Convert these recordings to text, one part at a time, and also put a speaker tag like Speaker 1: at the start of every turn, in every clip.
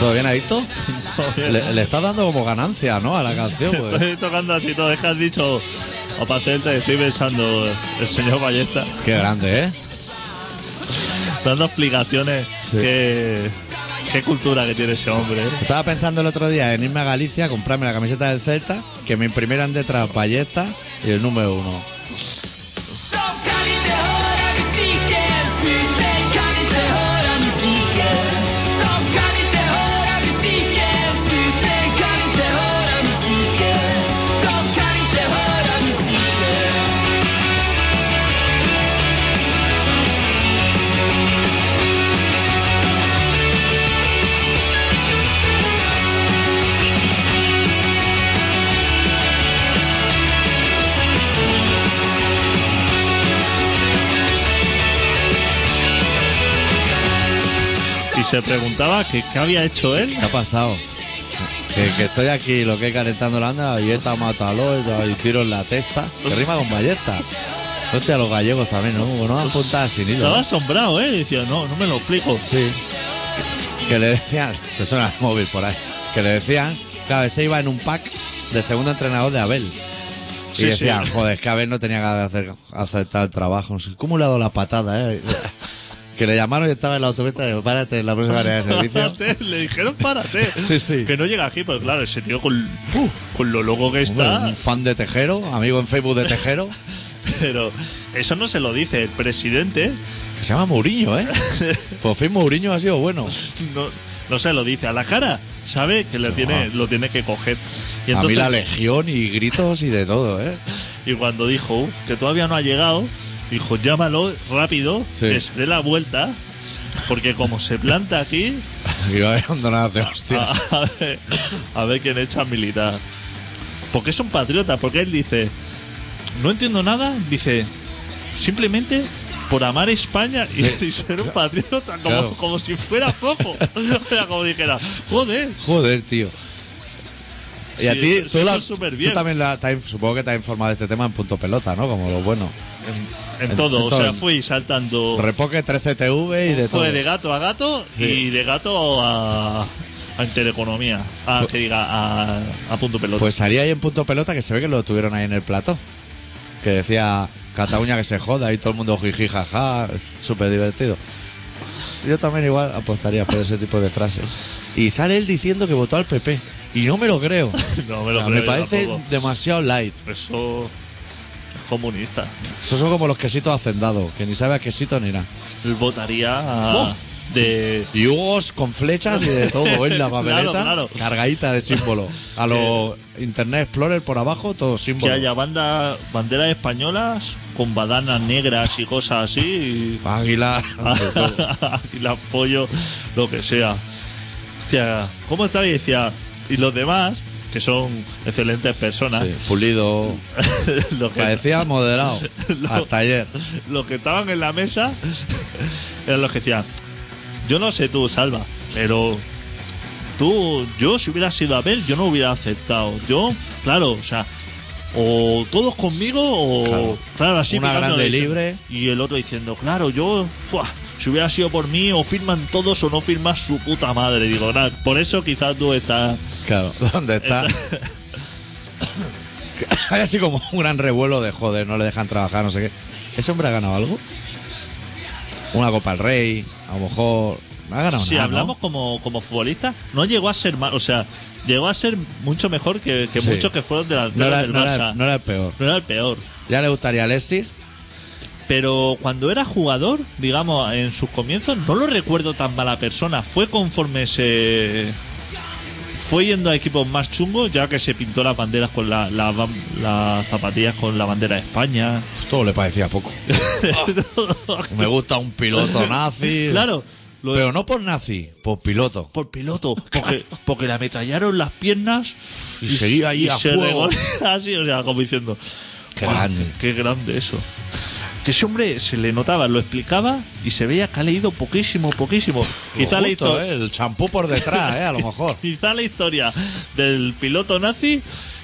Speaker 1: ¿Todo bien, Adicto? Le, le estás dando como ganancia, ¿no? A la canción. pues.
Speaker 2: Estoy tocando así todo. Es que has dicho a paciente, estoy pensando el señor Ballesta,
Speaker 1: Qué grande, ¿eh?
Speaker 2: dando explicaciones.
Speaker 1: Sí.
Speaker 2: Qué, qué cultura que tiene ese hombre. ¿eh?
Speaker 1: Estaba pensando el otro día en irme a Galicia, comprarme la camiseta del Celta, que me imprimieran detrás ballesta y el número uno.
Speaker 2: Y se preguntaba que qué había hecho él.
Speaker 1: ¿Qué ha pasado? Que, que estoy aquí, lo que he calentando la anda, y esta mátalo, y da- y tiro en la testa. Que rima con ballesta. Hostia, los gallegos también, ¿no? Como no apuntadas sin hilo.
Speaker 2: Estaba
Speaker 1: ¿no?
Speaker 2: asombrado, ¿eh? Decía, no, no me lo explico.
Speaker 1: Sí. Que le decían, te suena el móvil por ahí. Que le decían, claro, ese iba en un pack de segundo entrenador de Abel. Y
Speaker 2: Sí, sí.
Speaker 1: decían, joder, es que Abel no tenía ganas de hacer, aceptar el trabajo. No sé, ¿Cómo le ha dado la patada, eh? Que le llamaron y estaba en la autopista y dijo, párate en la próxima área de servicio.
Speaker 2: Párate, le dijeron párate.
Speaker 1: Sí, sí.
Speaker 2: Que no llega aquí, pero claro, ese tío con, con lo loco que está.
Speaker 1: Un fan de Tejero, amigo en Facebook de Tejero.
Speaker 2: Pero eso no se lo dice el presidente.
Speaker 1: Que se llama Mourinho, ¿eh? Por fin Mourinho ha sido bueno.
Speaker 2: No, no se lo dice a la cara. Sabe que le tiene, lo tiene que coger. Y
Speaker 1: Ah. A mí
Speaker 2: entonces-
Speaker 1: la legión y gritos y de todo, ¿eh?
Speaker 2: Y cuando dijo "Uf, que todavía no ha llegado, dijo llámalo rápido,
Speaker 1: Sí.
Speaker 2: que se dé la vuelta, porque como se planta aquí,
Speaker 1: Iba a haber un donazo de hostias.
Speaker 2: a, a ver, a ver quién echa militar. Porque es un patriota, porque él dice, no entiendo nada, dice, simplemente por amar a España y,
Speaker 1: Sí.
Speaker 2: y ser un patriota, como,
Speaker 1: Claro.
Speaker 2: como si fuera poco. O sea, como dijera, joder,
Speaker 1: Joder, tío. Y a
Speaker 2: Sí,
Speaker 1: ti,
Speaker 2: eso-
Speaker 1: tú,
Speaker 2: eso
Speaker 1: la-
Speaker 2: es súper
Speaker 1: tú
Speaker 2: bien.
Speaker 1: también la- te has- supongo que te has informado de este tema en punto pelota, ¿no? Como lo bueno.
Speaker 2: en, todo, o
Speaker 1: todo.
Speaker 2: sea, fui saltando...
Speaker 1: Repoque 13TV y de todo.
Speaker 2: Fue Oh. de gato a gato y de gato a, a Intereconomía. A, que diga, a, a punto pelota.
Speaker 1: Pues salía ahí en punto pelota que se ve que lo tuvieron ahí en el plato. Que decía Cataluña que se joda y todo el mundo jiji jaja. Súper divertido. Yo también igual apostaría por ese tipo de frases. Y sale él diciendo que votó al PP. Y no me lo creo.
Speaker 2: no me
Speaker 1: O
Speaker 2: lo
Speaker 1: sea,
Speaker 2: creo.
Speaker 1: me
Speaker 2: yo
Speaker 1: parece
Speaker 2: tampoco.
Speaker 1: demasiado light.
Speaker 2: Eso es comunista.
Speaker 1: Esos son como los quesitos hacendados, que ni sabe a quesito ni nada.
Speaker 2: Votaría a-
Speaker 1: Oh.
Speaker 2: de.
Speaker 1: Y Hugos con flechas y de todo en la
Speaker 2: Claro,
Speaker 1: papeleta.
Speaker 2: claro.
Speaker 1: Cargadita de símbolo. A los Internet Explorer por abajo, todo símbolo.
Speaker 2: Que haya banda, banderas españolas con badanas negras y cosas así. y-
Speaker 1: Águila.
Speaker 2: y la apoyo, lo que sea. Hostia, ¿cómo está? Y decía, y los demás, que son excelentes personas,
Speaker 1: Sí, pulido.
Speaker 2: los que
Speaker 1: Parecía moderado. Hasta ayer.
Speaker 2: los que estaban en la mesa eran los que decían, yo no sé tú, Salva, pero tú, yo si hubiera sido Abel, yo no hubiera aceptado. Yo, claro, o sea, o todos conmigo o...
Speaker 1: Claro.
Speaker 2: Claro, así
Speaker 1: Una
Speaker 2: picándole
Speaker 1: grande
Speaker 2: y-
Speaker 1: libre.
Speaker 2: Y el otro diciendo, claro, yo... ¡fua! Si hubiera sido por mí, o firman todos o no firmas su puta madre. Digo, nada, por eso quizás tú estás...
Speaker 1: Claro, ¿dónde está? Hay así como un gran revuelo de joder, no le dejan trabajar, no sé qué. ¿Ese hombre ha ganado algo? Una Copa al Rey, a lo mejor. No ha ganado
Speaker 2: Si
Speaker 1: nada, ¿no?
Speaker 2: hablamos como, como futbolista, no llegó a ser mal, o sea, llegó a ser mucho mejor que, que
Speaker 1: Sí.
Speaker 2: muchos que fueron delanteros
Speaker 1: No era,
Speaker 2: del
Speaker 1: no era-
Speaker 2: Barça.
Speaker 1: no era el peor.
Speaker 2: No era el peor.
Speaker 1: Ya le gustaría a Alexis.
Speaker 2: Pero cuando era jugador, digamos, en sus comienzos, no lo recuerdo tan mala persona. Fue conforme se, fue yendo a equipos más chungos, ya que se pintó las banderas con la- la bam- las zapatillas con la bandera de España.
Speaker 1: Todo le parecía poco. Me gusta un piloto nazi.
Speaker 2: claro, lo de-
Speaker 1: Pero no por nazi, por piloto.
Speaker 2: por piloto, porque, porque le ametrallaron las piernas
Speaker 1: Y seguía ahí
Speaker 2: y
Speaker 1: a
Speaker 2: se
Speaker 1: fuego.
Speaker 2: regó- así, o sea, como diciendo,
Speaker 1: Qué
Speaker 2: "Guau,
Speaker 1: grande".
Speaker 2: qué grande eso. Que ese hombre se le notaba, lo explicaba y se veía que ha leído poquísimo, poquísimo.
Speaker 1: Lo
Speaker 2: Quizá, la
Speaker 1: justo,
Speaker 2: histo-
Speaker 1: ¿eh? El champú por detrás, ¿eh? A lo mejor.
Speaker 2: quizá la historia del piloto nazi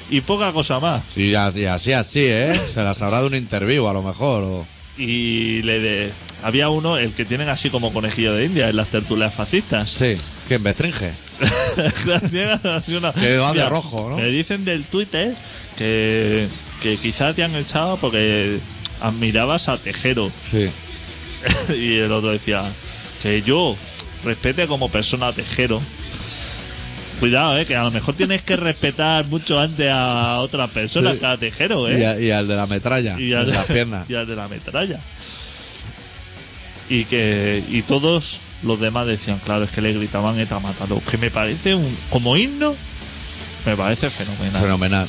Speaker 2: y poca cosa más.
Speaker 1: Y, a- y así, así, ¿eh? Se las habrá de un interview, a lo mejor. o-
Speaker 2: Y le de- había uno, el que tienen así como conejillo de India en las tertulias fascistas.
Speaker 1: Sí, que en Bestringe. Que va de rojo, ¿no?
Speaker 2: Me dicen del Twitter que, que quizás te han echado porque admirabas a Tejero.
Speaker 1: Sí.
Speaker 2: y el otro decía que yo respete como persona a Tejero. Cuidado, eh, que a lo mejor tienes que respetar mucho antes a otras personas
Speaker 1: Sí.
Speaker 2: que a Tejero, eh
Speaker 1: Y, a- y al de la metralla.
Speaker 2: y
Speaker 1: en
Speaker 2: al,
Speaker 1: las piernas.
Speaker 2: y al de la metralla. Y que y todos los demás decían, claro, es que le gritaban ETA matado, que me parece un como himno me parece fenomenal.
Speaker 1: Fenomenal.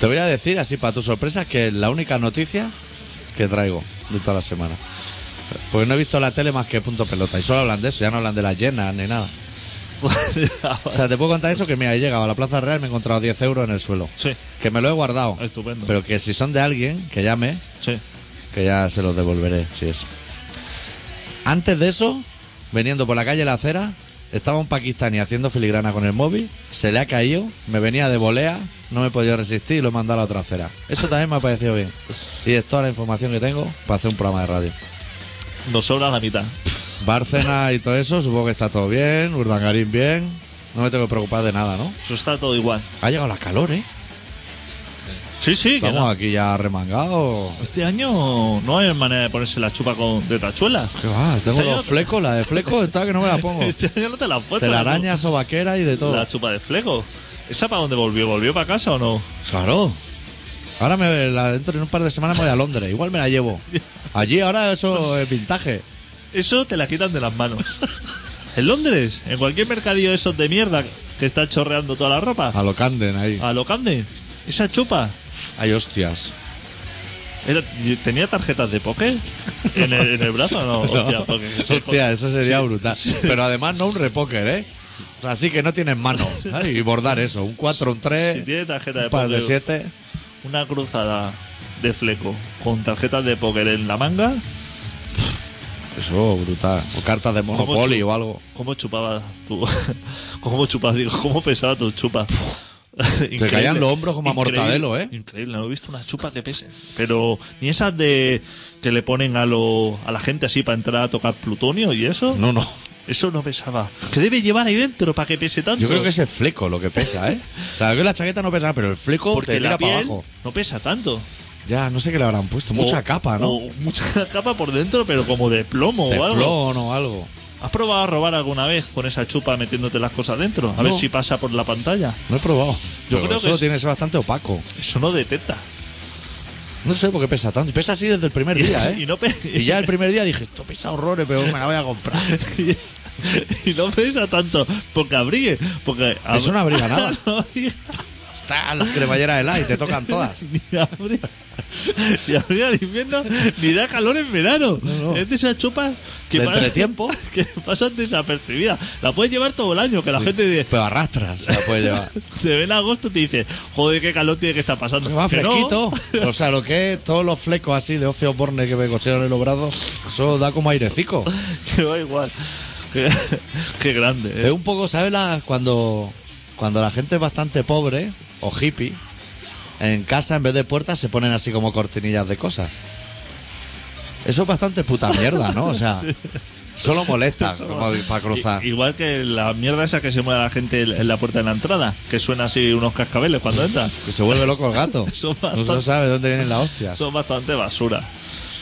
Speaker 1: Te voy a decir, así para tu sorpresa, que es la única noticia que traigo de toda la semana. Porque no he visto la tele más que punto pelota. Y solo hablan de eso, ya no hablan de las llenas ni nada. O sea, te puedo contar eso que mira, he llegado a la Plaza Real y me he encontrado 10 euros en el suelo.
Speaker 2: sí,
Speaker 1: Que me lo he guardado.
Speaker 2: Estupendo.
Speaker 1: Pero que si son de alguien, que llame,
Speaker 2: sí.
Speaker 1: que ya se los devolveré, si es. Antes de eso, veniendo por la calle La Acera, estaba un pakistaní haciendo filigrana con el móvil, se le ha caído, me venía de volea, no me he podido resistir y lo he mandado a la otra acera. Eso también me ha parecido bien. Y es toda la información que tengo para hacer un programa de radio.
Speaker 2: Nos sobra la mitad.
Speaker 1: Bárcena y todo eso, supongo que está todo bien, Urdangarín bien, no me tengo que preocupar de nada, ¿no?
Speaker 2: Eso está todo igual.
Speaker 1: Ha llegado la calor, ¿eh?
Speaker 2: Sí, sí, que
Speaker 1: Estamos
Speaker 2: no.
Speaker 1: aquí ya remangados.
Speaker 2: este año no hay manera de ponerse la chupa con de tachuelas.
Speaker 1: ¿Qué va? Tengo
Speaker 2: Este año
Speaker 1: dos
Speaker 2: no-
Speaker 1: flecos, la de flecos está que no me la pongo.
Speaker 2: Este año no te la has puesto. la
Speaker 1: Telarañas o vaquera y de
Speaker 2: chu-
Speaker 1: todo.
Speaker 2: La chupa de fleco. ¿Esa para dónde volvió? ¿Volvió para casa o no?
Speaker 1: Claro. Ahora me la dentro en un par de semanas me voy a Londres. Igual me la llevo. Allí ahora eso es vintage.
Speaker 2: Eso te la quitan de las manos. En Londres, en cualquier mercadillo de esos de mierda que está chorreando toda la ropa,
Speaker 1: A lo Canden ahí.
Speaker 2: a lo Cande, esa chupa.
Speaker 1: Hay hostias.
Speaker 2: Era- tenía tarjetas de póker en el, en el brazo, o ¿no? Hostia, porque esas
Speaker 1: Hostia,
Speaker 2: cosas-
Speaker 1: eso sería brutal. Pero además no un repóker, ¿eh? O sea, sí que no tienes mano. Ay, Y bordar eso. Un 4, un
Speaker 2: Si
Speaker 1: 3,
Speaker 2: tiene tarjeta de
Speaker 1: un par de
Speaker 2: póker,
Speaker 1: 7.
Speaker 2: una cruzada de fleco con tarjetas de póker en la manga,
Speaker 1: Eso, brutal. O cartas de Monopoly o algo.
Speaker 2: ¿cómo chupaba tu. ¿Cómo chupaba, digo, cómo pesaba tu chupa? Increíble.
Speaker 1: caían los hombros como a
Speaker 2: Increíble,
Speaker 1: Mortadelo, ¿eh?
Speaker 2: Increíble, no he visto una chupa que pese. Pero ni esas de que le ponen a, lo, a la gente así para entrar a tocar plutonio y eso,
Speaker 1: No, no.
Speaker 2: eso no pesaba. ¿Qué debe llevar ahí dentro para que pese tanto?
Speaker 1: Yo creo que es el fleco lo que pesa, ¿eh? O sea, que la chaqueta no pesa, pero el fleco
Speaker 2: porque
Speaker 1: te tira
Speaker 2: la piel
Speaker 1: para abajo.
Speaker 2: no pesa tanto.
Speaker 1: Ya, no sé qué le habrán puesto. Mucha
Speaker 2: O-
Speaker 1: capa, ¿no?
Speaker 2: o mucha capa por dentro, pero como de plomo o algo.
Speaker 1: Teflón o algo.
Speaker 2: ¿Has probado a robar alguna vez con esa chupa metiéndote las cosas dentro? A ver
Speaker 1: No.
Speaker 2: si pasa por la pantalla.
Speaker 1: No he probado. Pero
Speaker 2: creo que
Speaker 1: eso
Speaker 2: es-
Speaker 1: tiene que ser bastante opaco.
Speaker 2: Eso no detecta.
Speaker 1: No sé por qué pesa tanto. Pesa así desde el primer día, ¿eh?
Speaker 2: Y no pe-
Speaker 1: Y ya el primer día dije, esto pesa horrores, pero me la voy a comprar.
Speaker 2: y no pesa tanto porque abrigue. Porque ab-
Speaker 1: Eso no abriga nada.
Speaker 2: no abriga,
Speaker 1: Está las cremalleras de la y te tocan todas.
Speaker 2: ni abriga. Ni abriga en invierno, ni da calor en verano.
Speaker 1: no.
Speaker 2: Es de esas chupas que,
Speaker 1: De
Speaker 2: pa-
Speaker 1: entretiempo.
Speaker 2: que pasan desapercibidas. La puedes llevar todo el año, que la gente de-
Speaker 1: Pero arrastras, se la puede llevar.
Speaker 2: te ve en agosto y te dice, joder, qué calor tiene que estar pasando.
Speaker 1: Que va
Speaker 2: Que no.
Speaker 1: fresquito. O sea, lo que es todos los flecos así de ocio borne que me cosieron en los brazos, eso da como airecico.
Speaker 2: que va igual. Qué, qué grande.
Speaker 1: Es
Speaker 2: ¿eh?
Speaker 1: un poco, ¿sabes? la- cuando, cuando la gente es bastante pobre o hippie, en casa en vez de puertas se ponen así como cortinillas de cosas. Eso es bastante puta mierda, ¿no? O sea, solo molesta como para cruzar.
Speaker 2: I- igual que la mierda esa que se mueve la gente en la puerta de la entrada, que suena así unos cascabeles cuando entras.
Speaker 1: Que se vuelve loco el gato.
Speaker 2: Son
Speaker 1: No,
Speaker 2: bastante-
Speaker 1: no sabe dónde viene la hostia.
Speaker 2: Son bastante basura.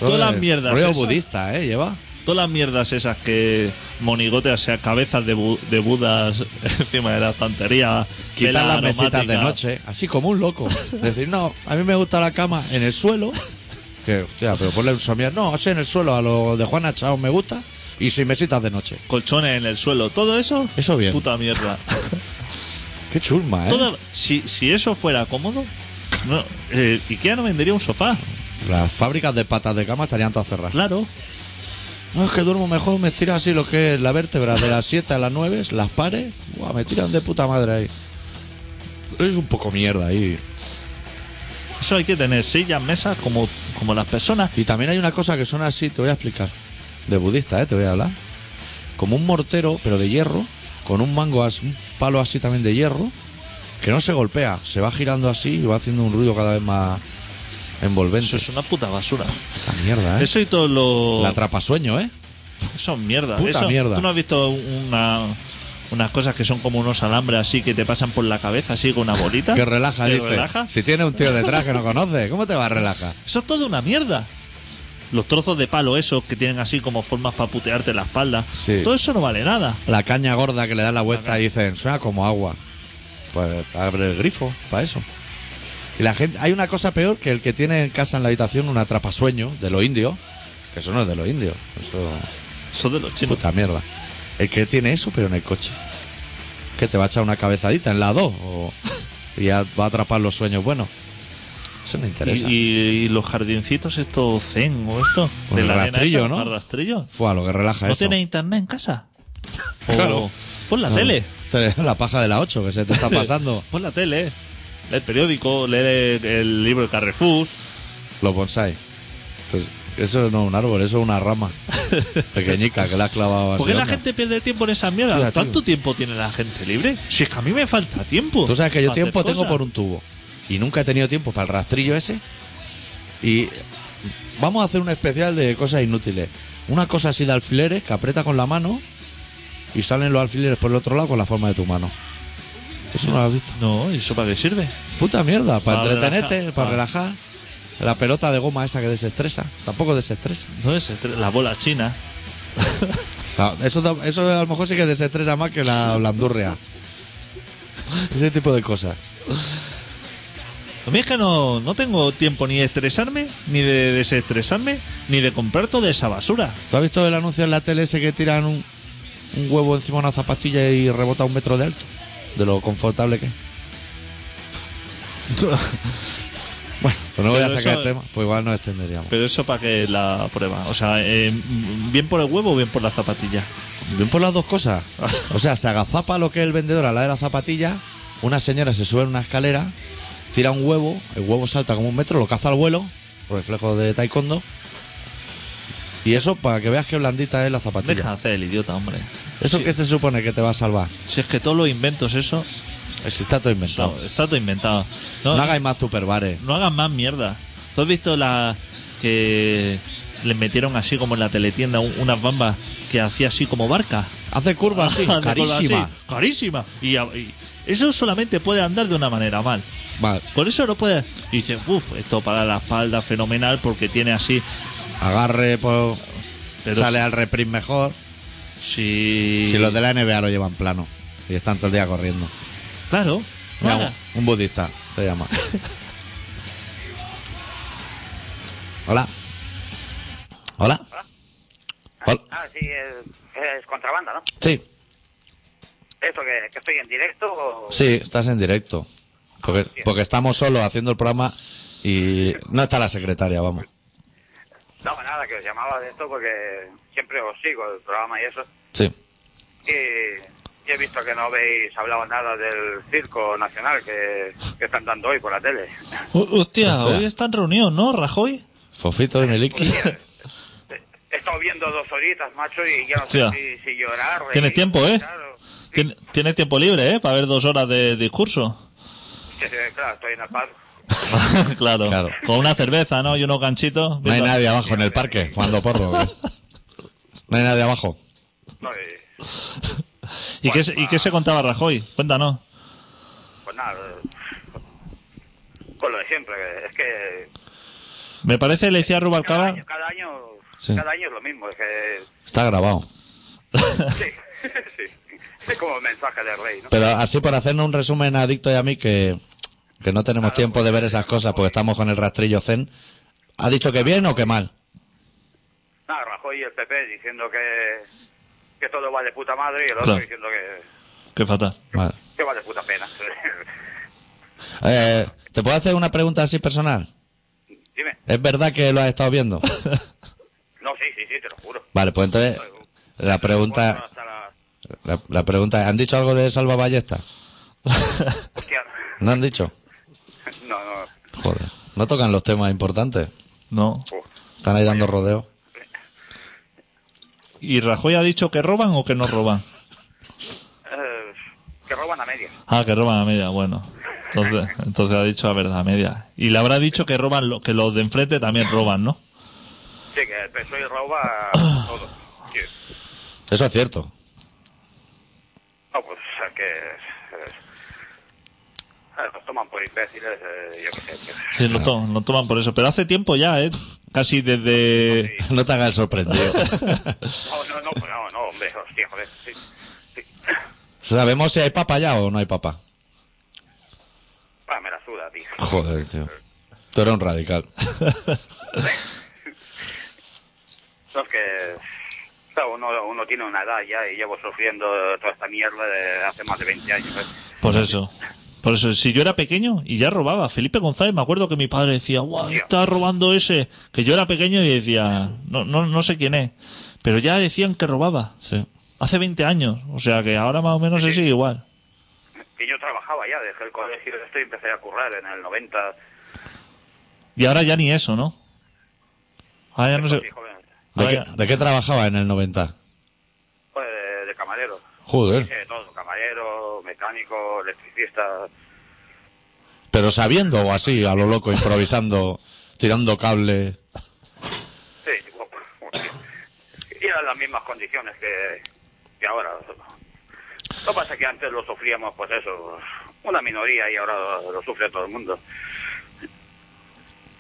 Speaker 2: Todas las mierdas.
Speaker 1: Rollo
Speaker 2: esas-
Speaker 1: budista, ¿eh? Lleva.
Speaker 2: Todas las mierdas esas que monigote, o sea, cabezas de, bu- de budas encima de la estantería.
Speaker 1: Quitar
Speaker 2: vela
Speaker 1: las mesitas de
Speaker 2: aromática.
Speaker 1: noche, así como un loco. Decir, no, a mí me gusta la cama en el suelo. Que, hostia, pero ponle un somier. No, así en el suelo, a lo de Juana Chao me gusta. Y sin mesitas de noche.
Speaker 2: Colchones en el suelo, todo eso.
Speaker 1: Eso bien. ¿Eh?
Speaker 2: Puta mierda.
Speaker 1: Qué chulma, ¿eh?
Speaker 2: Toda- si, si eso fuera cómodo, no, eh, Ikea no vendería un sofá.
Speaker 1: Las fábricas de patas de cama estarían todas cerradas.
Speaker 2: Claro.
Speaker 1: No, es que duermo mejor, me estira así lo que es la vértebra de las 7 a las 9, las pares. Buah, me tiran de puta madre ahí. Es un poco mierda ahí.
Speaker 2: Eso hay que tener sillas, mesas, como, como las personas.
Speaker 1: Y también hay una cosa que suena así, te voy a explicar. De budista, ¿eh? Te voy a hablar. Como un mortero, pero de hierro, con un mango, as- un palo así también de hierro, que no se golpea, se va girando así y va haciendo un ruido cada vez más
Speaker 2: Eso
Speaker 1: envolvente.
Speaker 2: es una puta basura.
Speaker 1: Esta mierda, ¿eh?
Speaker 2: Eso y todo lo.
Speaker 1: La trapasueño, ¿eh?
Speaker 2: Eso es mierda.
Speaker 1: Puta
Speaker 2: Eso-
Speaker 1: mierda.
Speaker 2: ¿Tú no has visto una, unas cosas que son como unos alambres así que te pasan por la cabeza así con una bolita?
Speaker 1: Que relaja,
Speaker 2: ¿Que
Speaker 1: dice.
Speaker 2: relaja?
Speaker 1: Si tiene un tío detrás que no conoce, ¿cómo te va a relajar?
Speaker 2: Eso es todo una mierda. Los trozos de palo esos que tienen así como formas para putearte la espalda.
Speaker 1: Sí.
Speaker 2: Todo eso no vale nada.
Speaker 1: La caña gorda que le dan la vuelta y dicen, suena como agua. Pues abre el grifo para eso. Y la gente, hay una cosa peor que el que tiene en casa en la habitación un atrapasueño de los indios, que eso no es de los indios, eso
Speaker 2: Eso de los chinos.
Speaker 1: puta mierda. El que tiene eso pero en el coche. Que te va a echar una cabezadita en la 2 o- y ya va a atrapar los sueños buenos. Eso no interesa.
Speaker 2: Y, y los jardincitos estos zen o esto.
Speaker 1: Con el
Speaker 2: arena
Speaker 1: rastrillo,
Speaker 2: esa,
Speaker 1: ¿no?
Speaker 2: con el rastrillo.
Speaker 1: Fue a lo que relaja
Speaker 2: ¿No
Speaker 1: eso.
Speaker 2: tienes internet en casa? O
Speaker 1: Claro.
Speaker 2: Pon la tele.
Speaker 1: Te- La paja de la 8 que se te está pasando.
Speaker 2: Pon la tele. Lee el periódico, lee el libro de Carrefour.
Speaker 1: Los bonsai. Pues eso no es un árbol, eso es una rama pequeñica que la has clavado así.
Speaker 2: ¿Por qué la
Speaker 1: onda.
Speaker 2: gente pierde tiempo en esa mierda?
Speaker 1: Tía, tío.
Speaker 2: ¿Tanto tiempo tiene la gente libre? Si es que a mí me falta tiempo.
Speaker 1: Tú sabes que yo
Speaker 2: para
Speaker 1: tiempo
Speaker 2: hacer
Speaker 1: tengo por
Speaker 2: cosas.
Speaker 1: un tubo. Y nunca he tenido tiempo para el rastrillo ese. Y vamos a hacer un especial de cosas inútiles. Una cosa así de alfileres que aprieta con la mano y salen los alfileres por el otro lado con la forma de tu mano. Eso no lo has visto.
Speaker 2: No, ¿y eso para qué sirve?
Speaker 1: Puta mierda, para,
Speaker 2: Para
Speaker 1: entretenerte,
Speaker 2: relajar.
Speaker 1: para
Speaker 2: Ah.
Speaker 1: relajar. La pelota de goma esa que desestresa. Tampoco desestresa.
Speaker 2: No es estre- la bola china.
Speaker 1: Ah, Eso, da- eso a lo mejor sí que desestresa más que la blandurria. Ese tipo de cosas.
Speaker 2: A mí es que no, no tengo tiempo ni de estresarme, ni de desestresarme, ni de comprar toda esa basura.
Speaker 1: ¿Tú has visto el anuncio en la tele ese que tiran un, un huevo encima de una zapatilla y rebota un metro de alto? De lo confortable que es. Bueno, pues no voy a
Speaker 2: Pero
Speaker 1: sacar
Speaker 2: eso-
Speaker 1: el tema, pues igual nos extenderíamos.
Speaker 2: Pero eso para que la prueba. O sea, eh, m- bien por el huevo o bien por la zapatilla.
Speaker 1: Bien por las dos cosas. O sea, se agazapa lo que es el vendedor a la de la zapatilla. Una señora se sube en una escalera, tira un huevo, el huevo salta como un metro, lo caza al vuelo, reflejo de taekwondo. Y eso para que veas qué blandita es la zapatilla.
Speaker 2: Deja de hacer el idiota, hombre.
Speaker 1: ¿Eso
Speaker 2: si,
Speaker 1: qué se supone que te va a salvar?
Speaker 2: si es que todos los inventos, eso.
Speaker 1: Si está todo inventado.
Speaker 2: no, está todo inventado.
Speaker 1: Ah. No,
Speaker 2: No,
Speaker 1: hagáis más superbares.
Speaker 2: no hagas más mierda. ¿Tú has visto la que les metieron así como en la teletienda un- unas bambas que hacía así como barca?
Speaker 1: Hace curvas así,
Speaker 2: De color
Speaker 1: carísima.
Speaker 2: así, Ah, carísima. Y, a- y eso solamente puede andar de una manera mal.
Speaker 1: Vale,
Speaker 2: Por eso no puede. Y dice, uff, esto para la espalda fenomenal porque tiene así.
Speaker 1: agarre, pues,
Speaker 2: Pero
Speaker 1: sale al reprim mejor.
Speaker 2: si.
Speaker 1: Si los de la NBA lo llevan plano y están todo el día corriendo.
Speaker 2: Claro.
Speaker 1: Mira,
Speaker 2: nada.
Speaker 1: un- un budista, te llama. Hola. Hola. Hola.
Speaker 3: Ah, sí, es, es contrabanda, ¿no?
Speaker 1: Sí,
Speaker 3: ¿Eso que, que estoy en directo o...?
Speaker 1: sí, estás en directo. Porque, porque estamos solos haciendo el programa y no está la secretaria, vamos.
Speaker 3: No, nada, que os llamaba de esto porque siempre os sigo el programa y eso.
Speaker 1: Sí.
Speaker 3: Y, y he visto que no habéis hablado nada del circo nacional que, que están dando hoy por la tele.
Speaker 2: Ho- Hostia,
Speaker 1: O sea.
Speaker 2: hoy está en reunión, ¿no, Rajoy?
Speaker 1: Fofito y Miliki.
Speaker 3: He estado viendo dos horitas, macho, y ya no
Speaker 2: Hostia.
Speaker 3: sé si, si llorar... reír,
Speaker 2: Tienes tiempo, ¿eh?
Speaker 3: Claro.
Speaker 2: Tien- Tienes tiempo libre, ¿eh? Para ver dos horas de discurso.
Speaker 3: Sí, sí, claro, estoy en el paro.
Speaker 2: claro.
Speaker 1: Claro.
Speaker 2: Con una cerveza, ¿no? Y unos ganchitos.
Speaker 1: No hay
Speaker 2: Viendo-
Speaker 1: nadie abajo en el parque, jugando porro. ¿o qué? No hay nadie abajo.
Speaker 3: No, y-
Speaker 2: ¿Y, qué, se- ¿Y qué se contaba Rajoy? Cuéntanos.
Speaker 3: pues nada, pues lo de siempre, que es que...
Speaker 2: Me parece le decía
Speaker 3: Cada
Speaker 2: Rubalcaba.
Speaker 3: año, cada año,
Speaker 1: Sí.
Speaker 3: cada año es lo mismo, es que...
Speaker 1: Está grabado.
Speaker 3: Sí, sí. Es como mensaje de rey, ¿no?
Speaker 1: Pero así por hacernos un resumen a Adicto y a mí que, que no tenemos tiempo de ver esas cosas porque estamos con el rastrillo zen. ¿Ha dicho que bien o que mal?
Speaker 3: Ah, Nada, Rajoy y el PP diciendo que, que todo va de puta madre y el otro
Speaker 2: Claro.
Speaker 3: diciendo que,
Speaker 2: Qué fatal.
Speaker 1: Vale.
Speaker 3: Que vale puta pena.
Speaker 1: Eh, ¿Te puedo hacer una pregunta así personal?
Speaker 3: Dime.
Speaker 1: ¿Es verdad que lo has estado viendo?
Speaker 3: No, sí, sí, sí, te lo juro.
Speaker 1: Vale, pues entonces la pregunta,
Speaker 3: Hasta la-
Speaker 1: la, la pregunta, ¿han dicho algo de Salva Ballesta?
Speaker 3: Hostia.
Speaker 1: ¿No han dicho?
Speaker 3: No, no.
Speaker 1: Joder, no tocan los temas importantes.
Speaker 2: No.
Speaker 3: Uf.
Speaker 1: Están ahí dando rodeos.
Speaker 2: ¿Y Rajoy ha dicho que roban o que no roban?
Speaker 3: Eh, que roban a medias.
Speaker 2: Ah, que roban a media, bueno. Entonces, entonces ha dicho la verdad, a media. Y le habrá dicho que roban lo- que los de enfrente también roban, ¿no?
Speaker 3: Sí, que el PSOE roba todo. Sí.
Speaker 1: Eso es cierto.
Speaker 3: No, pues o sea, que... eh, eh, los toman por imbéciles, eh, yo qué sé. tío.
Speaker 2: Sí, lo, to- lo toman por eso. Pero hace tiempo ya, ¿eh? Casi desde...
Speaker 1: No te hagas el sorprendido.
Speaker 3: No, no, no, pues no, no, hombre, hostia, joder. Sí, sí.
Speaker 1: ¿Sabemos si hay papa ya o no hay papa?
Speaker 3: Ah, me la suda, tío.
Speaker 1: Joder, tío. Tú eres un radical.
Speaker 3: No, es que claro, uno, uno tiene una edad ya y llevo sufriendo toda esta mierda de hace más de 20 años. ¿eh?
Speaker 2: Por eso. Por eso, si yo era pequeño y ya robaba, Felipe González, me acuerdo que mi padre decía, guau, está robando ese. Que yo era pequeño y decía, no, no, no sé quién es. Pero ya decían que robaba.
Speaker 1: Sí.
Speaker 2: Hace 20 años. O sea que ahora más o menos es igual.
Speaker 3: Y yo trabajaba ya, dejé el colegio y esto y empecé a currar en el 90.
Speaker 2: Y ahora ya ni eso, ¿no? Ahora ya no sé.
Speaker 3: Sí, joven,
Speaker 1: ¿De
Speaker 2: ahora
Speaker 1: qué,
Speaker 2: ya-
Speaker 1: de qué trabajaba en el 90?
Speaker 3: pues, de, de camarero.
Speaker 1: Joder.
Speaker 3: Eh, todo, camarero, mecánico, electricista.
Speaker 1: Pero sabiendo o así, a lo loco, improvisando, tirando cable.
Speaker 3: Sí, bueno, bueno, y eran las mismas condiciones que, que ahora. Lo que pasa es que antes lo sufríamos, pues eso, una minoría y ahora lo sufre todo el mundo.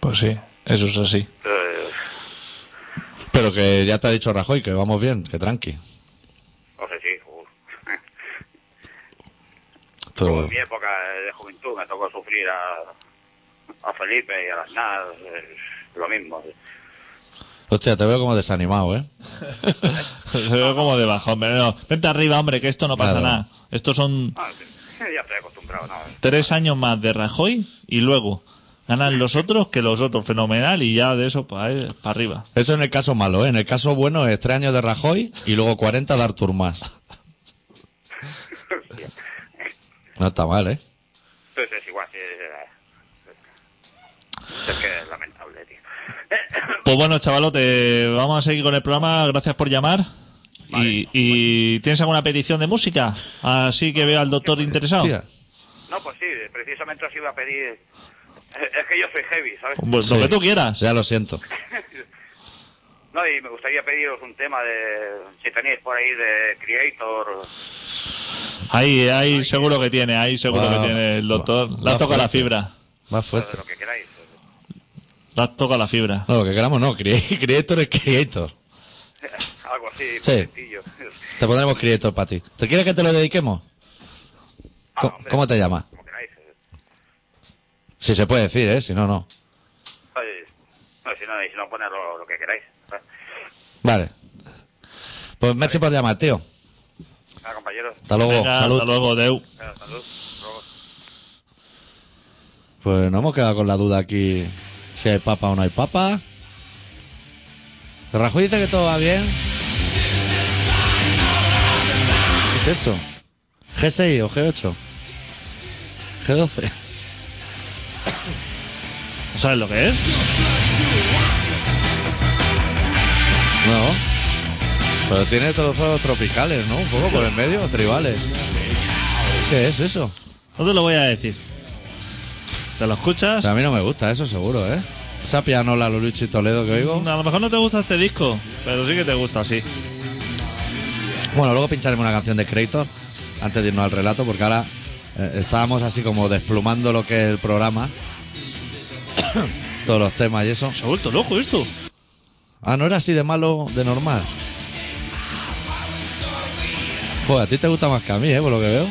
Speaker 2: Pues sí, eso es así.
Speaker 3: Eh,
Speaker 1: Pero que ya te ha dicho Rajoy que vamos bien, que tranqui.
Speaker 3: no sé si... uf. Como
Speaker 1: Todo-
Speaker 3: en mi época de juventud me tocó sufrir a, a Felipe y a las NAS, eh, lo mismo.
Speaker 1: Hostia, te veo como desanimado, ¿eh?
Speaker 2: Se ve como de bajón, pero no. Vente arriba, hombre, que esto no pasa
Speaker 1: Claro.
Speaker 2: nada. Estos son
Speaker 3: Ah, sí, ya estoy acostumbrado, ¿no?
Speaker 2: tres años más de Rajoy y luego ganan los otros que los otros. Fenomenal y ya de eso para arriba.
Speaker 1: Eso en el caso malo, ¿eh? En el caso bueno es tres años de Rajoy y luego 40 de Artur más. No está mal, ¿eh?
Speaker 3: Entonces es igual, sí, sí, sí. es que es lamentable, tío. Eh,
Speaker 2: Pues bueno, chavalote, vamos a seguir con el programa. Gracias por llamar. y, y ¿Tienes alguna petición de música? Así que veo al doctor interesado.
Speaker 1: Hostia.
Speaker 3: No, pues sí, precisamente os iba a pedir... eh, Es que yo soy heavy, ¿sabes?
Speaker 2: Pues lo
Speaker 1: Sí.
Speaker 2: que tú quieras.
Speaker 1: Ya lo siento.
Speaker 3: No, y me gustaría pediros un tema de... Si tenéis por ahí de Creator...
Speaker 2: Ahí, ahí seguro que tiene, ahí seguro
Speaker 1: Va,
Speaker 2: que tiene el doctor.
Speaker 1: va,
Speaker 2: La
Speaker 1: va
Speaker 2: toca la
Speaker 1: fuerte.
Speaker 2: fibra.
Speaker 1: Más
Speaker 3: de
Speaker 1: fuerte.
Speaker 3: Lo que queráis. eh,
Speaker 2: La toca la fibra.
Speaker 1: No, lo que queramos no. Crea- Creator es Creator.
Speaker 3: Algo así,
Speaker 1: Sí.
Speaker 3: sencillo.
Speaker 1: Te pondremos Creator para ti. ¿Te quieres que te lo dediquemos?
Speaker 3: Ah,
Speaker 1: ¿Cómo,
Speaker 3: hombre,
Speaker 1: cómo te llamas?
Speaker 3: Como queráis. eh.
Speaker 1: Si se puede decir, ¿eh? Si no, no.
Speaker 3: Oye, no, si no, y si no poner lo, lo que queráis. ¿eh?
Speaker 1: Vale. Pues merci por llamar, tío.
Speaker 3: Nada, compañeros.
Speaker 1: Hasta luego.
Speaker 2: Venga,
Speaker 1: Salud.
Speaker 2: Hasta luego, Deu.
Speaker 3: Venga, Salud. Hasta luego.
Speaker 1: Pues no hemos quedado con la duda aquí si hay papa o no hay papa. Rajoy dice que todo va bien. ¿Qué es eso? ¿G6 o G8? ¿G12?
Speaker 2: ¿Sabes lo que es?
Speaker 1: No. Pero tiene trozos tropicales, ¿no? Un poco por el medio, tribales. ¿Qué es eso?
Speaker 2: No te lo voy a decir. ¿Te lo escuchas?
Speaker 1: A mí no me gusta, eso seguro, ¿eh? Esa pianola Luchi Toledo que oigo.
Speaker 2: A lo mejor no te gusta este disco, pero sí que te gusta, sí.
Speaker 1: Bueno, luego pincharemos una canción de Creator antes de irnos al relato, porque ahora eh, estábamos así como desplumando lo que es el programa. Todos los temas y eso.
Speaker 2: Se ha vuelto loco esto.
Speaker 1: Ah, no era así de malo de normal. Pues a ti te gusta más que a mí, ¿eh? Por lo que veo.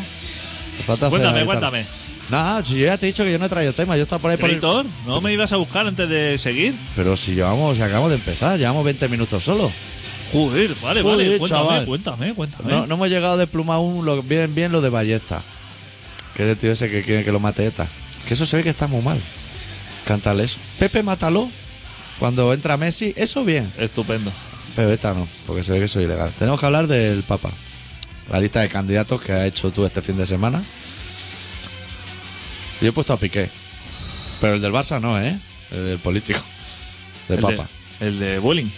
Speaker 1: Te falta hacer
Speaker 2: Cuéntame,
Speaker 1: la guitarra.
Speaker 2: cuéntame.
Speaker 1: Nada, si yo ya te he dicho que yo no he traído temas, yo estaba por ahí por el-
Speaker 2: Creator, ¿no me ibas a buscar antes de seguir?
Speaker 1: Pero si llevamos, si acabamos de empezar, llevamos 20 minutos solo.
Speaker 2: Joder, vale, vale.
Speaker 1: Joder,
Speaker 2: Cuéntame,
Speaker 1: chaval.
Speaker 2: cuéntame, cuéntame.
Speaker 1: No, no hemos llegado de pluma aún lo, bien, bien lo de Ballesta. Que es el tío ese que quiere que lo mate ETA. Que eso se ve que está muy mal. Cantarle eso. Pepe Mátalo, cuando entra Messi, eso bien.
Speaker 2: Estupendo.
Speaker 1: Pero ETA no, porque se ve que eso es ilegal. Tenemos que hablar del Papa. La lista de candidatos que ha hecho tú este fin de semana. Yo he puesto a Piqué. Pero el del Barça no, ¿eh? El del político. Del
Speaker 2: el
Speaker 1: Papa.
Speaker 2: De, el de Welling.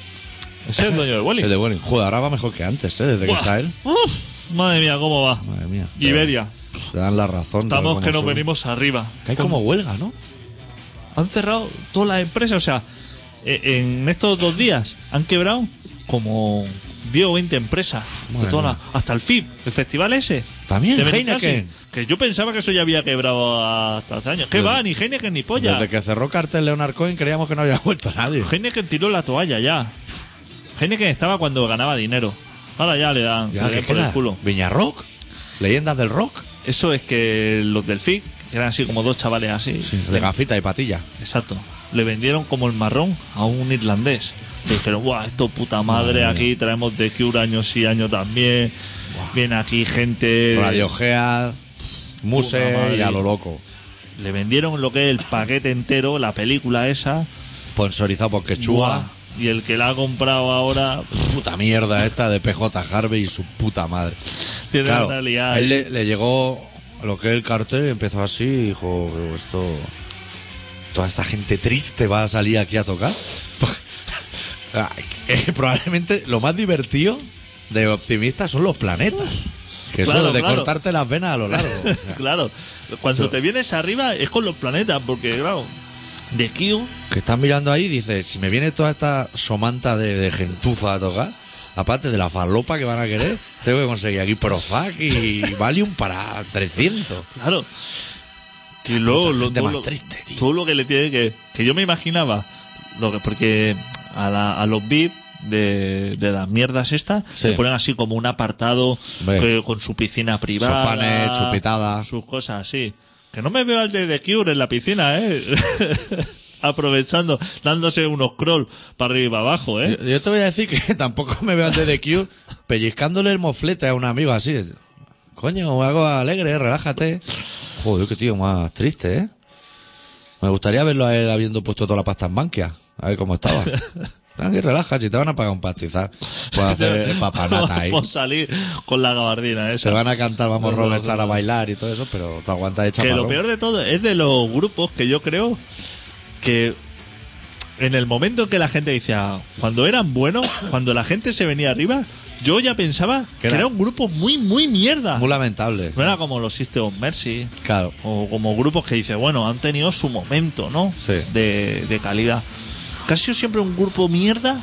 Speaker 2: Ese es el dueño de Welling.
Speaker 1: El de Welling. Joder, ahora va mejor que antes, ¿eh? Desde que
Speaker 2: Buah.
Speaker 1: está él.
Speaker 2: Uf, madre mía, cómo va.
Speaker 1: Madre mía. Te-
Speaker 2: Iberia.
Speaker 1: Pues Te dan la razón. de
Speaker 2: Estamos
Speaker 1: cómo
Speaker 2: que nos
Speaker 1: sube.
Speaker 2: venimos arriba.
Speaker 1: Que hay como huelga, ¿no?
Speaker 2: Han cerrado todas las empresas. O sea, e- en estos dos días han quebrado como 10 o 20 empresas. de
Speaker 1: Madre
Speaker 2: todas
Speaker 1: mía.
Speaker 2: las- hasta el FIB, el festival ese.
Speaker 1: También,
Speaker 2: de Benicassim,
Speaker 1: Heineken.
Speaker 2: Que yo pensaba que eso ya había quebrado hasta hace años. ¿Qué
Speaker 1: Desde-
Speaker 2: va? Ni Heineken ni polla.
Speaker 1: Desde que cerró cartel Leonard Cohen creíamos que no había vuelto nadie.
Speaker 2: Heineken tiró la toalla ya. Heineken estaba cuando ganaba dinero. Ahora ya le dan,
Speaker 1: Ya,
Speaker 2: le
Speaker 1: ¿qué
Speaker 2: dan por el
Speaker 1: queda?
Speaker 2: culo.
Speaker 1: Viñarrock, leyendas del rock,
Speaker 2: Eso es que los del FIC, que eran así como dos chavales así.
Speaker 1: de gafita y patilla.
Speaker 2: Exacto. Le vendieron como el marrón a un irlandés. Le dijeron, guau, esto puta madre, aquí traemos de Cure año sí, año también. Viene aquí gente.
Speaker 1: Radio Gea,
Speaker 2: Puta
Speaker 1: Muse
Speaker 2: madre.
Speaker 1: y a lo loco.
Speaker 2: Le vendieron lo que es el paquete entero, la película esa.
Speaker 1: Sponsorizado por
Speaker 2: Buah.
Speaker 1: Quechua.
Speaker 2: Y el que la ha comprado ahora.
Speaker 1: Puta mierda esta de PJ Harvey y su puta madre.
Speaker 2: Tiene
Speaker 1: Claro,
Speaker 2: una
Speaker 1: a
Speaker 2: liada.
Speaker 1: él le, le llegó lo que es el cartel, empezó así y dijo, "Pero esto... Toda esta gente triste va a salir aquí a tocar. Ah, eh, Probablemente lo más divertido de optimista son los planetas. Que
Speaker 2: Claro,
Speaker 1: eso es de
Speaker 2: claro.
Speaker 1: cortarte las venas a lo largo. O sea,
Speaker 2: claro. Cuando te vienes arriba es con los planetas, porque claro, de Q
Speaker 1: que estás mirando ahí y dices, si me viene toda esta somanta de, de gentuza a tocar, aparte de la falopa que van a querer, tengo que conseguir aquí Prozac y Valium para 300.
Speaker 2: Claro. Y luego
Speaker 1: puta
Speaker 2: lo,
Speaker 1: gente
Speaker 2: todo,
Speaker 1: más
Speaker 2: lo,
Speaker 1: triste, tío.
Speaker 2: todo lo que le tiene que. Que yo me imaginaba. Lo que, porque a, la- a los VIP de, de las mierdas estas
Speaker 1: Sí.
Speaker 2: le ponen así como un apartado
Speaker 1: Hombre.
Speaker 2: que- con su piscina privada.
Speaker 1: Sofanes, chupitada.
Speaker 2: Sus cosas así. Que no me veo al de The Cure en la piscina, ¿eh? Aprovechando, dándose unos crawl para arriba y para abajo, ¿eh?
Speaker 1: Yo, yo te voy a decir que tampoco me veo al DDQ pellizcándole el moflete a un amigo así. Coño, algo alegre, relájate. Joder, qué tío más triste, ¿eh? Me gustaría verlo a él habiendo puesto toda la pasta en Bankia. A ver cómo estaba. Tranqui, relaja, si te van a pagar un pastizal. Por hacer el papanata ahí.
Speaker 2: Por salir con la gabardina
Speaker 1: Se
Speaker 2: esa.
Speaker 1: van a cantar, vamos,
Speaker 2: No, no,
Speaker 1: Robert, Sara
Speaker 2: no.
Speaker 1: a bailar y todo eso, pero te aguantas de
Speaker 2: Que
Speaker 1: chaparrón.
Speaker 2: lo peor de todo es de los grupos que yo creo que en el momento que la gente decía, cuando eran buenos, cuando la gente se venía arriba, yo ya pensaba que
Speaker 1: era-
Speaker 2: era un grupo muy, muy mierda.
Speaker 1: Muy lamentable.
Speaker 2: No era como los System of Mercy
Speaker 1: Claro.
Speaker 2: o como grupos que dice, bueno, han tenido su momento, ¿no?
Speaker 1: Sí.
Speaker 2: De, de calidad. Que ha sido siempre un grupo mierda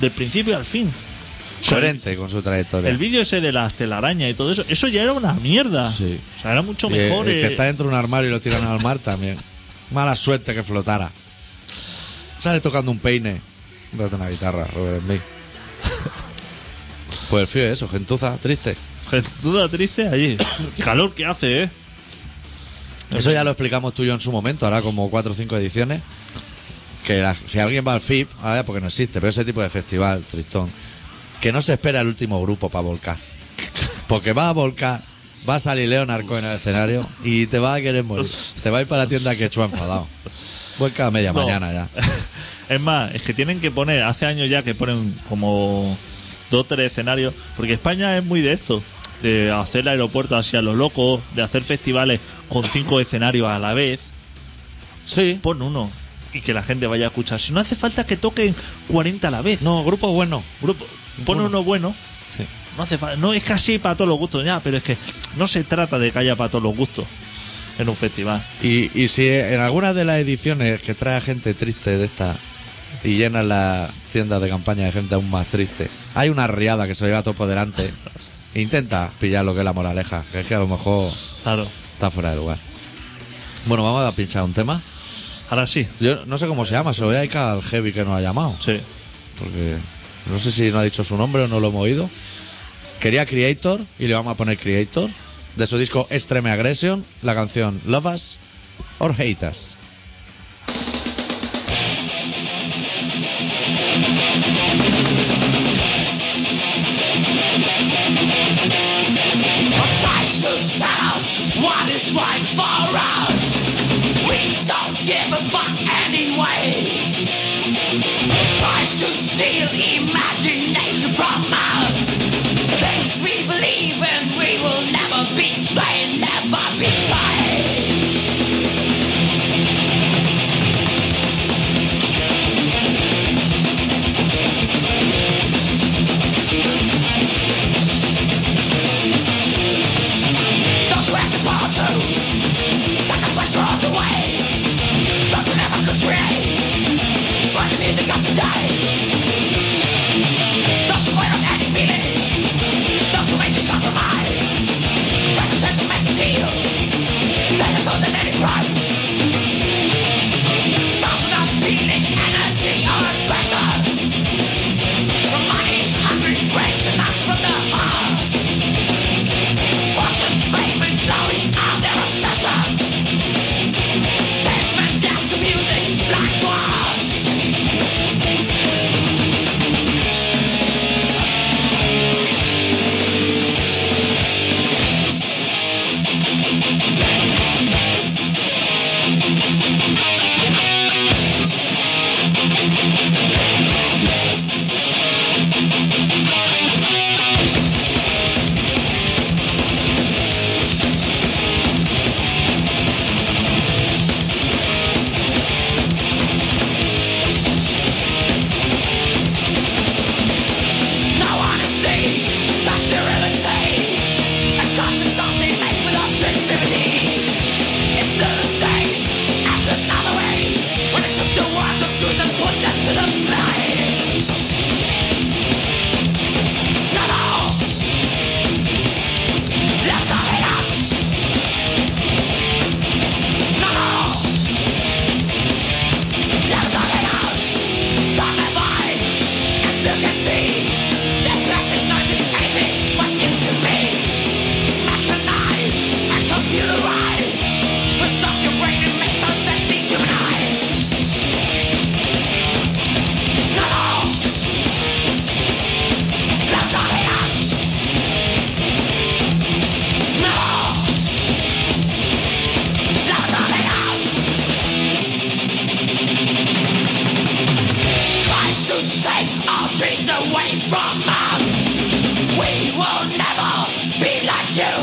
Speaker 2: del principio al fin. O sea,
Speaker 1: Coherente con su trayectoria.
Speaker 2: el vídeo ese de las telarañas y todo eso, eso ya era una mierda.
Speaker 1: Sí.
Speaker 2: O sea, era mucho
Speaker 1: Y el-
Speaker 2: mejor.
Speaker 1: el que
Speaker 2: eh,
Speaker 1: está dentro de un armario y lo tiran al mar también. Mala suerte que flotara. Sale tocando un peine. Vete una guitarra, Robert Smith. Pues el fío es eso, gentuza, triste.
Speaker 2: Duda triste allí. El calor que hace, ¿eh?
Speaker 1: Eso ya lo explicamos tú y yo en su momento, ahora como cuatro o cinco ediciones. Que la- si alguien va al FIP, ahora ya porque no existe, pero ese tipo de festival, tristón, que no se espera el último grupo para volcar. Porque va a volcar, va a salir Leonard Cohen al escenario y te va a querer morir. Te va a ir para la tienda que quechua enfadado. Vuelca a media
Speaker 2: No.
Speaker 1: mañana ya.
Speaker 2: Es más, es que tienen que poner, hace años ya que ponen como dos o tres escenarios, porque España es muy de esto, de hacer el aeropuerto así a los locos, de hacer festivales con cinco escenarios a la vez.
Speaker 1: Sí.
Speaker 2: Pon uno y que la gente vaya a escuchar. Si no hace falta que toquen 40 a la vez.
Speaker 1: No, grupo bueno.
Speaker 2: Grupo, pon uno bueno.
Speaker 1: Sí.
Speaker 2: No hace falta. No es casi para todos los gustos ya, pero es que no se trata de que haya para todos los gustos en un festival.
Speaker 1: Y, y si en alguna de las ediciones que trae gente triste de esta y llena las tiendas de campaña de gente aún más triste, hay una riada que se lleva todo por delante, intenta pillar lo que es la moraleja, que es que a lo mejor
Speaker 2: Claro.
Speaker 1: está fuera de lugar. Bueno, vamos a pinchar un tema.
Speaker 2: Ahora sí.
Speaker 1: Yo no sé cómo se llama, se lo voy a dedicar al Heavy que nos ha llamado,
Speaker 2: Sí.
Speaker 1: porque no sé si no ha dicho su nombre o no lo hemos oído. Quería Creator y le vamos a poner Creator de su disco Extreme Aggression, la canción Love Us or Hate Us.
Speaker 4: steal imagination from us. Faith we believe and we will never be trained, never be trained. Don't press the ball through. Like a flash draws away. Those who never could create. Try the music of today. Those who fight on any feeling. Those who make the compromise. Try to test and make the deal. They are sold at any price. Those without feeling energy or pressure. From money, hungry brains and not from the heart. Fortune, fame, and glory are their obsession. Dance and death to music, like twas. No honesty, just sterility. A conscience only made with objectivity. It's still the same as another way. When it took the words of truth and put them to the play. No, no. Left or hate us. No, no. Left or hate us. Some have eyes and still can see. That plastic noise is hazy. What is to me? Mechanized and computerized. Switch off your brain and make some that dehumanized. No, no. Left or hate us. No. Left or hate us. try to take our dreams away from us. We will never be like you.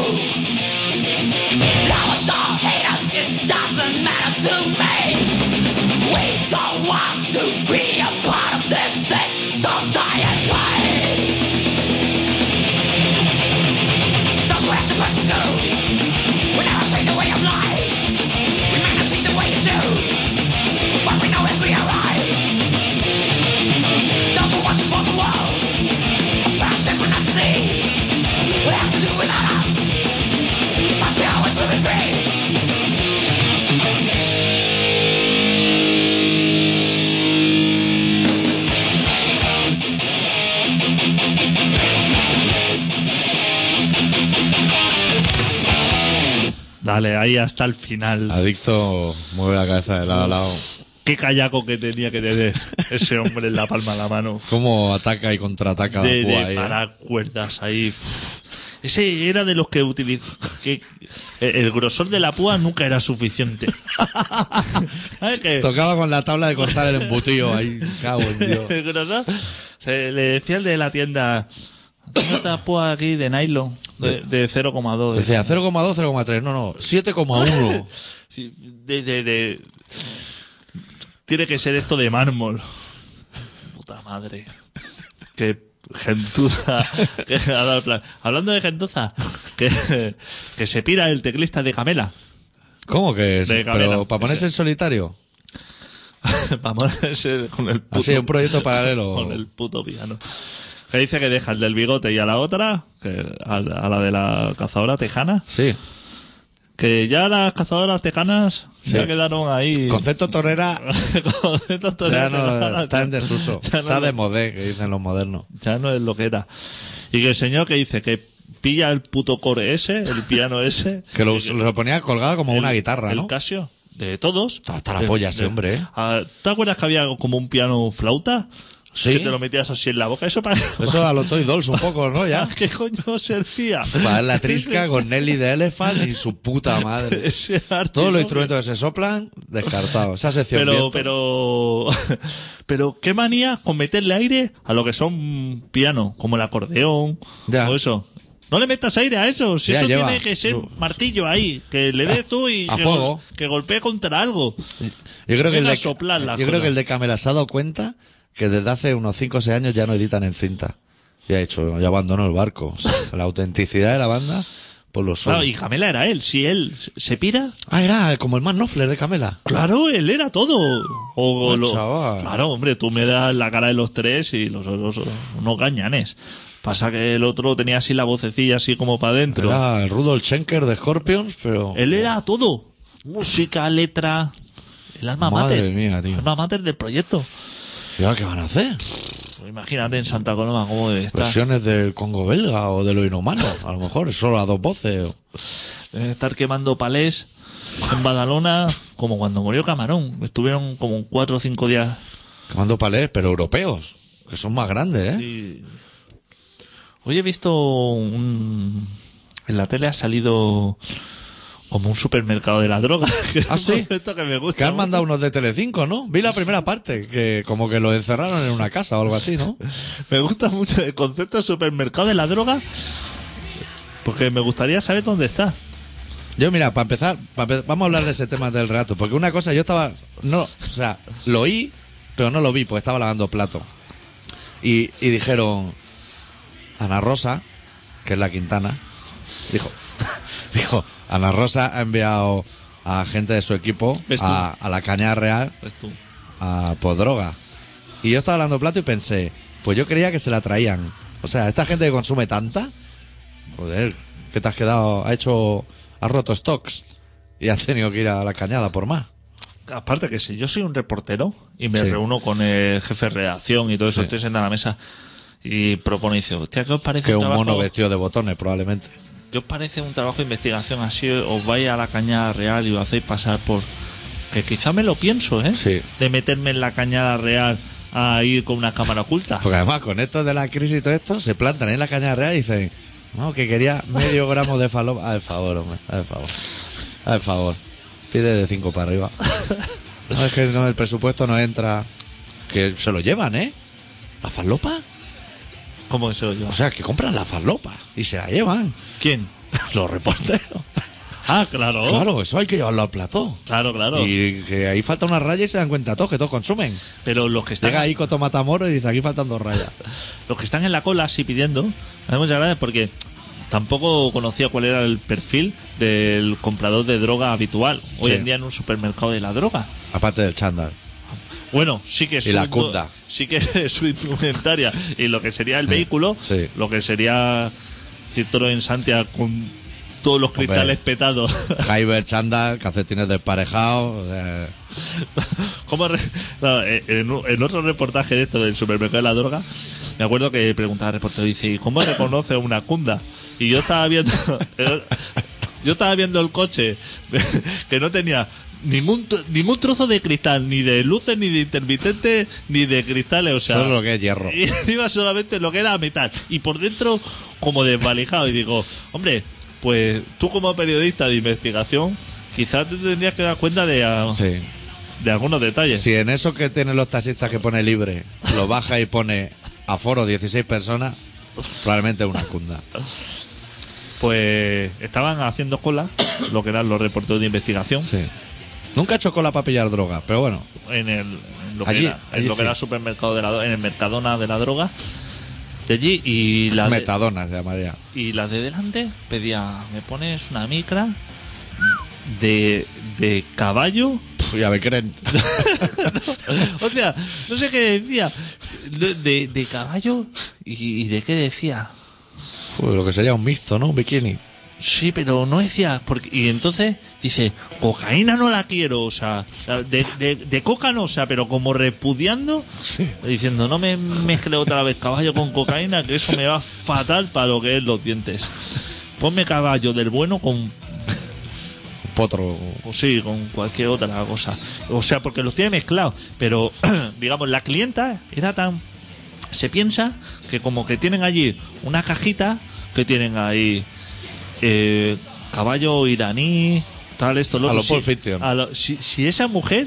Speaker 4: Love us or hate us, it doesn't matter to me. We don't want to be a part of this sick society. Don't ask the question to. We never see the way of life. We may not see the way you do, but we know it's we are right. Number one for the world. Fast and we're not today. We have to do without us. Must be always living free.
Speaker 2: Dale, ahí hasta el final.
Speaker 1: Adicto mueve la cabeza de lado a lado.
Speaker 2: Qué callaco que tenía que tener ese hombre en la palma de la mano.
Speaker 1: Cómo ataca y contraataca
Speaker 2: de,
Speaker 1: Púa
Speaker 2: de
Speaker 1: ahí, ¿eh?
Speaker 2: parar cuerdas ahí. Ese era de los que utilizó. que e, el el grosor de la púa nunca era suficiente. ¿Sabes qué?
Speaker 1: Tocaba con la tabla de cortar el embutío ahí. Cago en Dios.
Speaker 2: El grosor. Se le decía el de la tienda. Tengo esta púa aquí de nylon de, de 0,2.
Speaker 1: Decía 0,2, 0,3. No, no. 7,1.
Speaker 2: Sí, de- de- de- Tiene que ser esto de mármol. Puta madre. Qué gentuza. Que ha dado el plan. Hablando de gentuza, que, que se pira el teclista de Camela.
Speaker 1: ¿Cómo que es?
Speaker 2: De
Speaker 1: Pero
Speaker 2: Gabriela,
Speaker 1: para ponerse en solitario.
Speaker 2: Vamos a ser con el puto,
Speaker 1: Así, un proyecto paralelo.
Speaker 2: con el puto piano. Que dice que deja el del bigote y a la otra, que a, la- a la de la cazadora tejana,
Speaker 1: Sí.
Speaker 2: que ya las cazadoras tejanas
Speaker 1: Sí.
Speaker 2: se quedaron ahí.
Speaker 1: Concepto torera
Speaker 2: Conceptos
Speaker 1: ya
Speaker 2: tejanos.
Speaker 1: no, está en desuso.
Speaker 2: Ya no
Speaker 1: Está
Speaker 2: lo-
Speaker 1: de modé, que dicen los modernos.
Speaker 2: Ya no es lo que era. Y que el señor que dice que pilla el puto core ese, el piano ese.
Speaker 1: Que lo,
Speaker 2: el-
Speaker 1: lo ponía colgado como una
Speaker 2: el-
Speaker 1: guitarra,
Speaker 2: el
Speaker 1: ¿no?
Speaker 2: Casio. De todos.
Speaker 1: Está hasta la
Speaker 2: De-
Speaker 1: polla ese
Speaker 2: de-
Speaker 1: hombre, ¿eh?
Speaker 2: Ah, ¿Te acuerdas que había como un piano flauta?
Speaker 1: Sí.
Speaker 2: Que te lo metías así en la boca. Eso para.
Speaker 1: Eso a los Toy Dolls un poco, ¿no? Ya.
Speaker 2: ¿Para qué coño servía?
Speaker 1: Para la trisca con Nelly de Elephant y su puta madre.
Speaker 2: Ese arte,
Speaker 1: Todos los
Speaker 2: ¿no?
Speaker 1: instrumentos que se soplan, descartados. Esa sección.
Speaker 2: Pero,
Speaker 1: viento.
Speaker 2: pero. Pero qué manía con meterle aire a lo que son pianos, como el acordeón
Speaker 1: Ya.
Speaker 2: o eso. No le metas aire a eso, si
Speaker 1: Ya,
Speaker 2: eso
Speaker 1: lleva.
Speaker 2: tiene que ser
Speaker 1: Su-
Speaker 2: martillo ahí, que le des tú y
Speaker 1: A
Speaker 2: que,
Speaker 1: fuego.
Speaker 2: gol- que golpee contra algo.
Speaker 1: Yo creo que el
Speaker 2: Venga
Speaker 1: de,
Speaker 2: a soplar las
Speaker 1: yo creo que
Speaker 2: cosas.
Speaker 1: el de Camela se ha dado cuenta que desde hace unos 5 o 6 años ya no editan en cinta. Y ha dicho, ya abandono el barco. O sea, la autenticidad de la banda, por los
Speaker 2: Claro, y Jamela era él, si él se pira,
Speaker 1: Ah, era como el más Knopfler de Camela.
Speaker 2: Claro, él era todo. O
Speaker 1: Ah,
Speaker 2: lo-
Speaker 1: chaval.
Speaker 2: Claro, hombre, tú me das la cara de los tres y los otros unos gañanes. Pasa que el otro tenía así la vocecilla así como para adentro.
Speaker 1: Era el Rudolf Schenker de Scorpions, pero.
Speaker 2: Él era todo. Música, letra. El alma
Speaker 1: Madre
Speaker 2: mater.
Speaker 1: mía, tío.
Speaker 2: El alma mater del proyecto.
Speaker 1: ¿Y ahora qué van a hacer?
Speaker 2: Pues imagínate en Santa Coloma cómo debe estar.
Speaker 1: Versiones del Congo belga o de lo inhumano, a lo mejor, solo a dos voces.
Speaker 2: Debe estar quemando palés en Badalona como cuando murió Camarón. Estuvieron como cuatro o cinco días
Speaker 1: Quemando palés, pero europeos, que son más grandes, ¿eh?
Speaker 2: Sí. Hoy he visto un... En la tele ha salido como un supermercado de la droga.
Speaker 1: ¿Ah, sí?
Speaker 2: Esto que me gusta.
Speaker 1: Que han
Speaker 2: mucho.
Speaker 1: mandado unos de Telecinco, ¿no? Vi la primera parte, que como que los encerraron en una casa o algo así, ¿no?
Speaker 2: Me gusta mucho el concepto de supermercado de la droga. Porque me gustaría saber dónde está.
Speaker 1: Yo, mira, para empezar, pa' empe- vamos a hablar de ese tema del rato, porque una cosa, yo estaba, no, o sea, lo oí, pero no lo vi, porque estaba lavando plato. Y, y dijeron, Ana Rosa, que es la Quintana, dijo, dijo, Ana Rosa ha enviado a gente de su equipo
Speaker 2: ¿Ves tú?
Speaker 1: a, a la Caña Real
Speaker 2: Pues tú.
Speaker 1: a por droga. Y yo estaba hablando plato y pensé, pues yo creía que se la traían. O sea, esta gente que consume tanta, joder, que te has quedado, ha hecho, ha roto stocks y has tenido que ir a la cañada por más.
Speaker 2: Aparte que si yo soy un reportero y me
Speaker 1: Sí.
Speaker 2: reúno con el jefe de redacción y todo eso, estoy sentado a la mesa y propone y dice, hostia, ¿qué os parece
Speaker 1: Que
Speaker 2: un
Speaker 1: un mono
Speaker 2: trabajo-
Speaker 1: vestido de botones, probablemente.
Speaker 2: ¿Qué os parece un trabajo de investigación así? Os vais a la cañada real y lo hacéis pasar por... Que quizá me lo pienso, ¿eh?
Speaker 1: Sí.
Speaker 2: De meterme en la cañada real a ir con una cámara oculta.
Speaker 1: Porque además, con esto de la crisis y todo esto, se plantan en la cañada real y dicen, no, que quería medio gramo de falopa. Al favor, hombre, al favor. Al favor. Pide de cinco para arriba. No, es que no, el presupuesto no entra. Que se lo llevan, ¿eh? ¿La falopa?
Speaker 2: ¿Cómo que se lo lleva?
Speaker 1: O sea, que compran la falopa y se la llevan
Speaker 2: ¿Quién?
Speaker 1: los reporteros.
Speaker 2: Ah, claro. Claro,
Speaker 1: Claro, eso hay que llevarlo al plató.
Speaker 2: claro.
Speaker 1: Y que ahí falta una raya y se dan cuenta todos, que todos consumen.
Speaker 2: Pero los que, están,
Speaker 1: Llega ahí Coto Matamoro y dice, aquí faltan dos rayas.
Speaker 2: los que están en la cola así pidiendo, me da muchas gracias porque tampoco conocía cuál era el perfil del comprador de droga habitual. Hoy
Speaker 1: Sí.
Speaker 2: en día en un supermercado de la droga.
Speaker 1: Aparte del chándal.
Speaker 2: Bueno, sí que es
Speaker 1: Y la
Speaker 2: su-
Speaker 1: cunda.
Speaker 2: Sí que es su indumentaria. Y lo que sería el vehículo,
Speaker 1: sí.
Speaker 2: lo que sería Citroën Santia con todos los cristales petados.
Speaker 1: Jaiber, chándal, calcetines desparejados. eh,
Speaker 2: ¿Cómo re- no, eh, en, u- en otro reportaje de esto del supermercado de la droga, me acuerdo que preguntaba al reportero, dice, ¿y cómo reconoce una cunda? Y yo estaba viendo... Yo estaba viendo el coche que no tenía ningún tro- ningún trozo de cristal, ni de luces, ni de intermitentes, ni de cristales, o sea...
Speaker 1: Solo lo que es hierro.
Speaker 2: Y iba solamente lo que era metal. Y por dentro, como desvalijado. Y digo, hombre, pues tú como periodista de investigación, quizás te tendrías que dar cuenta de, ah,
Speaker 1: Sí.
Speaker 2: de algunos detalles.
Speaker 1: Si en eso que tienen los taxistas que pone libre, lo baja y pone aforo 16 personas, probablemente es una cunda.
Speaker 2: Pues estaban haciendo cola, lo que eran los reporteros de investigación,
Speaker 1: Sí. Nunca chocó la para pillar droga, pero bueno,
Speaker 2: en, el, en lo,
Speaker 1: Allí-
Speaker 2: que, era, en
Speaker 1: allí
Speaker 2: lo que
Speaker 1: sí.
Speaker 2: era el supermercado de la, dro- en el Mercadona de la droga. De allí y la de-
Speaker 1: metadona se llamaría.
Speaker 2: Y la de delante pedía, me pones una micra de, de caballo.
Speaker 1: Pff, ya me creen.
Speaker 2: o sea, no sé qué decía. De, de- de caballo y, y de qué decía.
Speaker 1: Uy, lo que sería un mixto, ¿no? Un bikini.
Speaker 2: Sí, pero no decía. Porque, y entonces dice, cocaína no la quiero, o sea, de, de, de coca no, o sea, pero como repudiando, diciendo, no me mezcle otra vez caballo con cocaína, que eso me va fatal para lo que es los dientes. Ponme caballo del bueno con
Speaker 1: Un potro.
Speaker 2: O pues sí, con cualquier otra cosa. O sea, porque los tiene mezclados. Pero, digamos, la clienta era tan. Se piensa que como que tienen allí una cajita que tienen ahí eh, caballo iraní, tal, esto, lo
Speaker 1: A
Speaker 2: otro.
Speaker 1: lo
Speaker 2: Si-
Speaker 1: Pulp Fiction.
Speaker 2: a lo- si, si esa mujer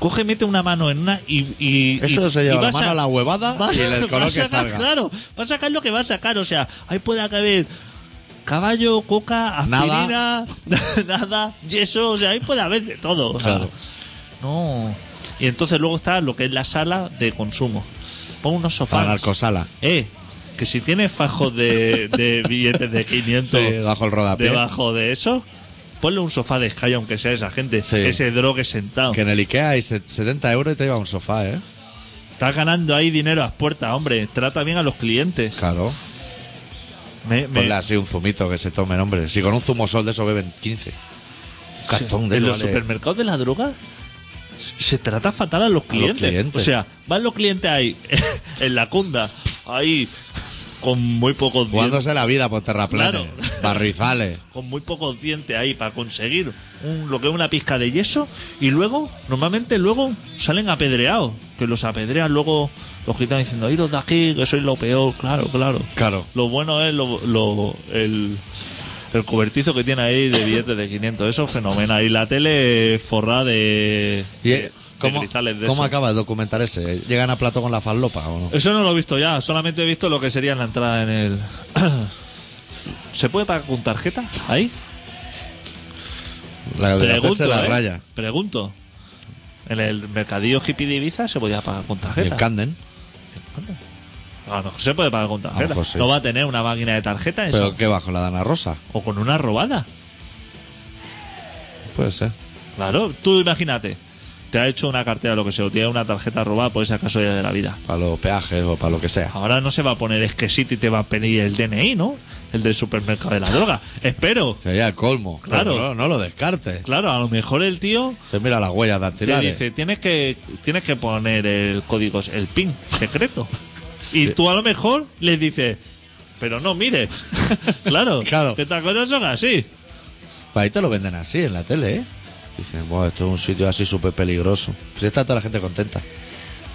Speaker 2: Coge, mete una mano en una y. y
Speaker 1: Eso
Speaker 2: y-
Speaker 1: se lleva
Speaker 2: y
Speaker 1: la
Speaker 2: vas
Speaker 1: mano a la huevada
Speaker 2: vas-
Speaker 1: y el color
Speaker 2: vas a
Speaker 1: que
Speaker 2: sacar,
Speaker 1: salga.
Speaker 2: Claro, va a sacar lo que va a sacar. O sea, ahí puede caber caballo, coca, aspirina,
Speaker 1: Nada.
Speaker 2: nada, yeso. O sea, ahí puede haber de todo. o sea,
Speaker 1: Claro.
Speaker 2: No. Y entonces luego está lo que es la sala de consumo. Pon unos
Speaker 1: La
Speaker 2: sofás.
Speaker 1: narcosala.
Speaker 2: Eh, que si tienes fajos de, de billetes de 500
Speaker 1: Sí, bajo el rodapié.
Speaker 2: debajo de eso, ponle un sofá de Sky, aunque sea esa gente,
Speaker 1: Sí.
Speaker 2: ese drogue sentado.
Speaker 1: Que en el Ikea hay se- 70 euros y te lleva un sofá, ¿eh?
Speaker 2: Estás ganando ahí dinero a las puertas, hombre. Trata bien a los clientes.
Speaker 1: Claro.
Speaker 2: Me- me-
Speaker 1: Ponle así un zumito que se tomen, hombre. Si con un zumo sol de eso beben 15. Un Cartón de
Speaker 2: en
Speaker 1: eso
Speaker 2: los
Speaker 1: vale.
Speaker 2: supermercados de la droga se trata fatal a los clientes.
Speaker 1: clientes.
Speaker 2: O sea, van los clientes ahí, en la cunda, ahí, con muy pocos dientes.
Speaker 1: Jugándose la vida por terraplanes,
Speaker 2: Claro.
Speaker 1: barrizales.
Speaker 2: con muy pocos dientes ahí para conseguir un- lo que es una pizca de yeso y luego, normalmente luego salen apedreados, que los apedrean luego los gitanos diciendo, iros de aquí, que sois lo peor, claro, claro.
Speaker 1: Claro.
Speaker 2: Lo bueno es lo, lo- el, el cobertizo que tiene ahí de billetes de 500, eso es fenomenal. Y la tele forrada de,
Speaker 1: ¿Y
Speaker 2: de-
Speaker 1: eh,
Speaker 2: de
Speaker 1: cómo,
Speaker 2: cristales de
Speaker 1: cómo
Speaker 2: eso.
Speaker 1: acaba el documentar ese? ¿Llegan a plato con la farlopa o no?
Speaker 2: Eso no lo he visto ya, solamente he visto lo que sería en la entrada en el... ¿Se puede pagar con tarjeta ahí?
Speaker 1: La de hacerse la
Speaker 2: ¿eh?
Speaker 1: raya.
Speaker 2: Pregunto. En el mercadillo hippie de Ibiza se podía pagar con
Speaker 1: Y el
Speaker 2: tarjeta.
Speaker 1: Canden.
Speaker 2: A lo mejor se puede pagar con
Speaker 1: A lo
Speaker 2: tarjeta.
Speaker 1: mejor sí.
Speaker 2: No va a tener una máquina de tarjeta eso.
Speaker 1: ¿Pero qué bajo? ¿La Dana Rosa?
Speaker 2: O con una robada.
Speaker 1: Puede ser.
Speaker 2: Claro, tú imagínate. Te ha hecho una cartera, lo que sea, o tiene una tarjeta robada por esa casualidad de la vida.
Speaker 1: Para los peajes o para lo que sea.
Speaker 2: Ahora no se va a poner exquisito y te va a pedir el DNI, ¿no? El del supermercado de la droga. Espero.
Speaker 1: Sería el colmo.
Speaker 2: Claro.
Speaker 1: Pero No, no lo descartes.
Speaker 2: Claro, a lo mejor el tío
Speaker 1: Te mira las huellas
Speaker 2: te
Speaker 1: dactilares.
Speaker 2: dice, tienes que, tienes que poner el código, el PIN secreto. Y tú a lo mejor le dices, pero no mires. claro,
Speaker 1: Claro.
Speaker 2: que estas cosas son así.
Speaker 1: Para Pues ahí te lo venden así en la tele, ¿eh? Dicen, wow, esto es un sitio así súper peligroso. Pues está toda la gente contenta.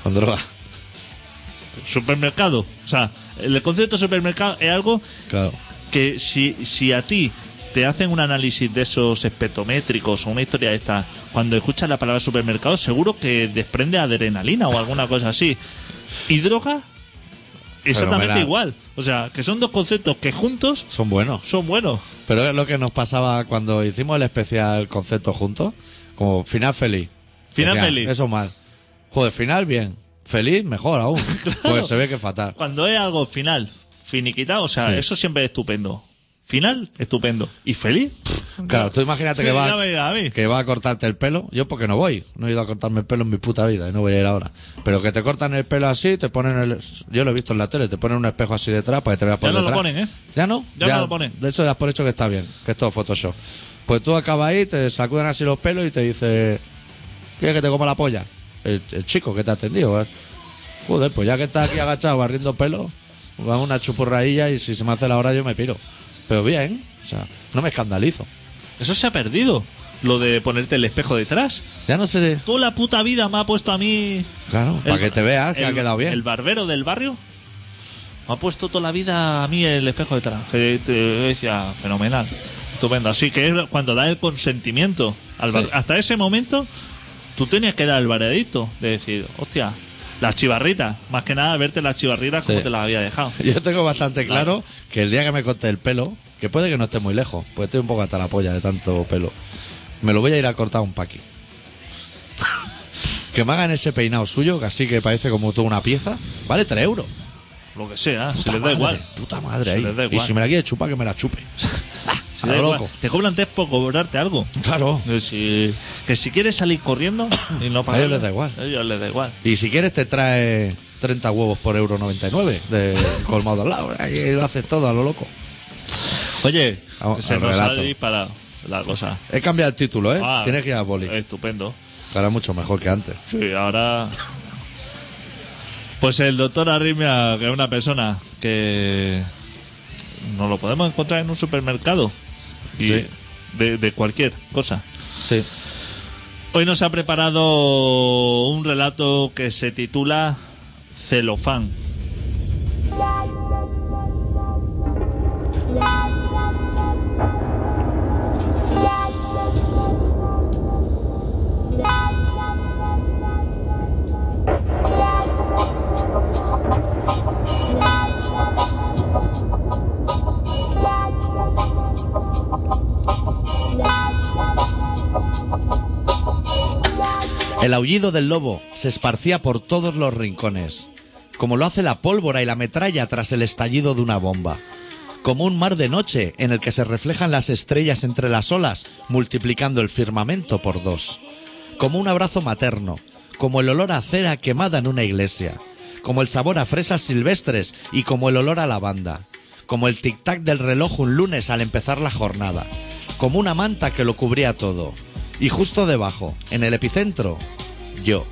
Speaker 1: Con droga.
Speaker 2: Supermercado. O sea, el concepto de supermercado es algo
Speaker 1: Claro.
Speaker 2: que si, si a ti te hacen un análisis de esos espectrométricos o una historia de esta, cuando escuchas la palabra supermercado, seguro que desprende adrenalina o alguna cosa así. Y droga, exactamente
Speaker 1: Fenomenal.
Speaker 2: igual. O sea, que son dos conceptos que juntos
Speaker 1: Son buenos.
Speaker 2: son buenos.
Speaker 1: Pero es lo que nos pasaba cuando hicimos el especial concepto juntos. Como final feliz.
Speaker 2: Final
Speaker 1: Decían,
Speaker 2: feliz.
Speaker 1: Eso mal. Joder, final bien. Feliz mejor aún. Porque se ve que es fatal.
Speaker 2: Cuando es algo final, finiquitado, o sea,
Speaker 1: Sí.
Speaker 2: eso siempre es estupendo. Final, estupendo. ¿Y feliz?
Speaker 1: Claro, tú imagínate que
Speaker 2: Sí,
Speaker 1: va,
Speaker 2: ya me dirá a mí.
Speaker 1: que va a cortarte el pelo. Yo porque no voy. No he ido a cortarme el pelo en mi puta vida y no voy a ir ahora. Pero que te cortan el pelo así, te ponen el... Yo lo he visto en la tele, te ponen un espejo así detrás para que te veas por
Speaker 2: Ya no lo
Speaker 1: detrás.
Speaker 2: ponen, ¿eh?
Speaker 1: ¿Ya no?
Speaker 2: Ya no lo ponen.
Speaker 1: De hecho, das por hecho que está bien, que es todo Photoshop. Pues tú acabas ahí, te sacuden así los pelos y te dice... ¿Quieres que te coma la polla? El, el chico que te ha atendido. ¿eh? Joder, pues ya que estás aquí agachado barriendo pelo, va una chupurradilla y si se me hace la hora yo me piro. Pero bien, o sea, no me escandalizo.
Speaker 2: Eso se ha perdido. Lo de ponerte el espejo detrás.
Speaker 1: Ya no sé.
Speaker 2: Toda la puta vida me ha puesto a mí.
Speaker 1: Claro, para
Speaker 2: el-
Speaker 1: que te veas que
Speaker 2: el-
Speaker 1: ha quedado bien.
Speaker 2: El barbero del barrio me ha puesto toda la vida a mí el espejo detrás. Que te- decía, fenomenal. Estupendo. Así que es cuando da el consentimiento. al bar-
Speaker 1: Sí.
Speaker 2: Hasta ese momento, tú tenías que dar el veredicto. De decir, hostia, las chivarritas. Más que nada, verte las chivarritas como
Speaker 1: Sí.
Speaker 2: te las había dejado.
Speaker 1: Yo tengo bastante claro
Speaker 2: Claro.
Speaker 1: que el día que me corte el pelo, que puede que no esté muy lejos, pues estoy un poco hasta la polla de tanto pelo, me lo voy a ir a cortar a un paqui. que me hagan ese peinado suyo, que así que parece como toda una pieza, vale 3 euros.
Speaker 2: Lo que sea, se
Speaker 1: Puta
Speaker 2: les da
Speaker 1: madre,
Speaker 2: igual.
Speaker 1: Puta madre
Speaker 2: Se
Speaker 1: ahí.
Speaker 2: les da
Speaker 1: Y
Speaker 2: igual.
Speaker 1: si me la quiere chupar, que me la chupe.
Speaker 2: Se
Speaker 1: a
Speaker 2: da
Speaker 1: lo
Speaker 2: igual.
Speaker 1: loco.
Speaker 2: Te cobran tres por cobrarte algo.
Speaker 1: Claro.
Speaker 2: Que si, que si quieres salir corriendo y no pagar.
Speaker 1: A ellos les da igual.
Speaker 2: A ellos les da igual.
Speaker 1: Y si quieres, te trae 30 huevos por euro 99 de colmado al lado. Ahí lo haces todo a lo loco.
Speaker 2: Oye,
Speaker 1: Vamos
Speaker 2: se
Speaker 1: al
Speaker 2: nos ha
Speaker 1: Ah, relato.
Speaker 2: disparado la cosa.
Speaker 1: He cambiado el título, ¿eh?
Speaker 2: Ah,
Speaker 1: Tienes que ir a boli.
Speaker 2: Estupendo.
Speaker 1: Ahora mucho mejor que antes.
Speaker 2: Sí, ahora. Pues el doctor Arrimia, que es una persona que. No lo podemos encontrar en un supermercado. Y
Speaker 1: Sí.
Speaker 2: de- de cualquier cosa.
Speaker 1: Sí.
Speaker 2: Hoy nos ha preparado un relato que se titula Celofán.
Speaker 1: El aullido del lobo se esparcía por todos los rincones, como lo hace la pólvora y la metralla tras el estallido de una bomba. Como un mar de noche en el que se reflejan las estrellas entre las olas, multiplicando el firmamento por dos. Como un abrazo materno, como el olor a cera quemada en una iglesia, como el sabor a fresas silvestres y como el olor a lavanda. Como el tic-tac del reloj un lunes al empezar la jornada, como una manta que lo cubría todo. Y justo debajo, en el epicentro, yo.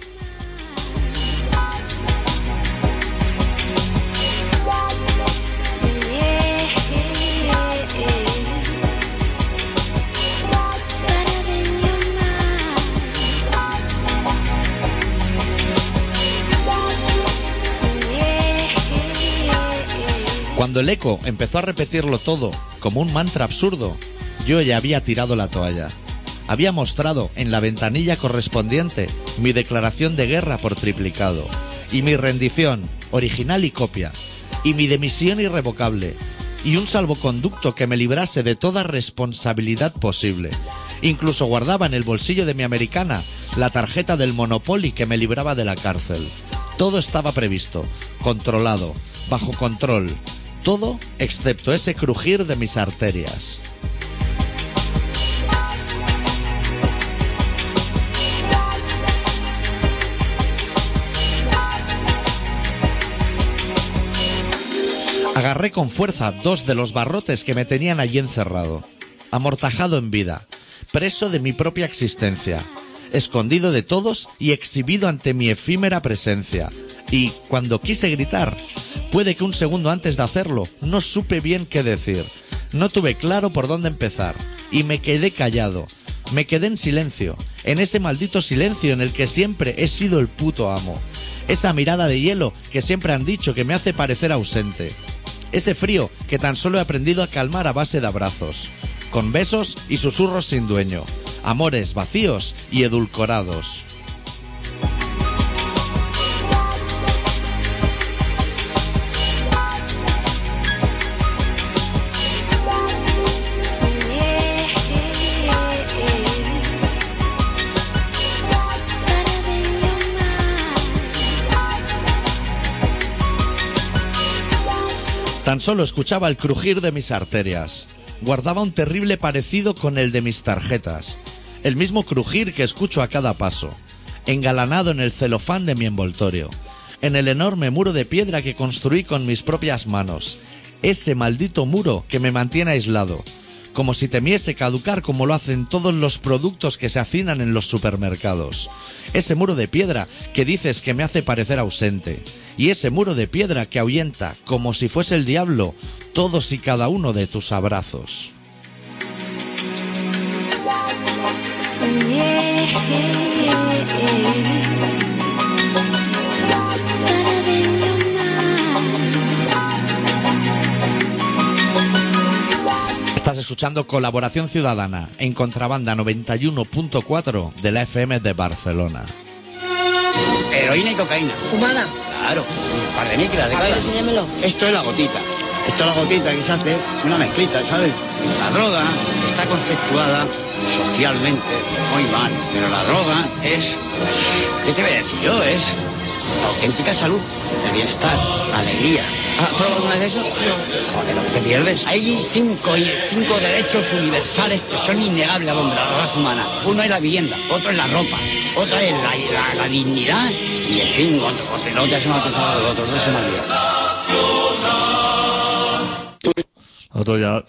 Speaker 1: Cuando el eco empezó a repetirlo todo como un mantra absurdo, yo ya había tirado la toalla. Había mostrado en la ventanilla correspondiente mi declaración de guerra por triplicado y mi rendición, original y copia, y mi demisión irrevocable y un salvoconducto que me librase de toda responsabilidad posible. Incluso guardaba en el bolsillo de mi americana la tarjeta del Monopoly que me libraba de la cárcel. Todo estaba previsto, controlado, bajo control. Todo excepto ese crujir de mis arterias. Agarré con fuerza dos de los barrotes que me tenían allí encerrado, amortajado en vida, preso de mi propia existencia, escondido de todos y exhibido ante mi efímera presencia. Y cuando quise gritar, puede que un segundo antes de hacerlo, no supe bien qué decir. No tuve claro por dónde empezar y me quedé callado. Me quedé en silencio, en ese maldito silencio en el que siempre he sido el puto amo. Esa mirada de hielo que siempre han dicho que me hace parecer ausente. Ese frío que tan solo he aprendido a calmar a base de abrazos. Con besos y susurros sin dueño. Amores vacíos y edulcorados. Tan solo escuchaba el crujir de mis arterias. Guardaba un terrible parecido con el de mis tarjetas. El mismo crujir que escucho a cada paso. Engalanado en el celofán de mi envoltorio. En el enorme muro de piedra que construí con mis propias manos. Ese maldito muro que me mantiene aislado. Como si temiese caducar como lo hacen todos los productos que se hacinan en los supermercados. Ese muro de piedra que dices que me hace parecer ausente. Y ese muro de piedra que ahuyenta, como si fuese el diablo, todos y cada uno de tus abrazos. Estás escuchando Colaboración Ciudadana en Contrabanda 91.4 de la FM de Barcelona.
Speaker 5: Heroína y cocaína.
Speaker 6: Fumada.
Speaker 5: Claro. Un par de micras de
Speaker 6: A ver,
Speaker 5: cada.
Speaker 6: enséñamelo.
Speaker 5: Esto es la gotita. Esto es la gotita que se hace una mezclita, ¿sabes? La droga está conceptuada socialmente muy mal, pero la droga es, ¿qué te voy a decir yo? Es auténtica salud, el bienestar, la alegría. Ah, ¿Has probado alguna de esos? Joder, lo que te pierdes. Hay cinco, cinco derechos universales que son innegables a donde la raza humana. Uno es la vivienda, otro es la ropa, otra es la, la- la dignidad y, en fin, otro, otro, el otro se me ha pasado, el otro, el otro se me ha olvidado.
Speaker 2: Otro ya.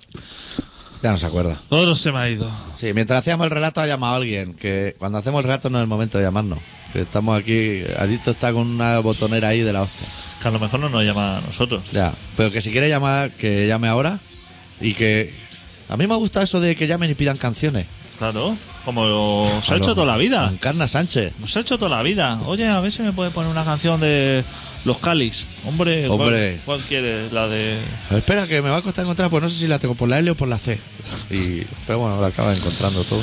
Speaker 1: Ya no se acuerda.
Speaker 2: Otro se me ha ido.
Speaker 1: Sí, mientras hacíamos el relato ha llamado alguien, que cuando hacemos el relato no es el momento de llamarnos. Que estamos aquí, Adicto está con una botonera ahí de la hostia.
Speaker 2: Que a lo mejor no nos llama a nosotros.
Speaker 1: Ya, pero que si quiere llamar, que llame ahora y que... A mí me gusta eso de que llamen y pidan canciones.
Speaker 2: Claro. Como se ha hecho
Speaker 1: Claro.
Speaker 2: toda la vida.
Speaker 1: Encarna Sánchez.
Speaker 2: Se ha hecho toda la vida. Oye, a ver si me puede poner una canción de Los Cáliz. Hombre, ¿cuál-
Speaker 1: Hombre.
Speaker 2: ¿cuál, quiere? La de.
Speaker 1: Espera, que me va a costar encontrar, pues no sé si la tengo por la L o por la C. Y, pero bueno, la acaba encontrando todo.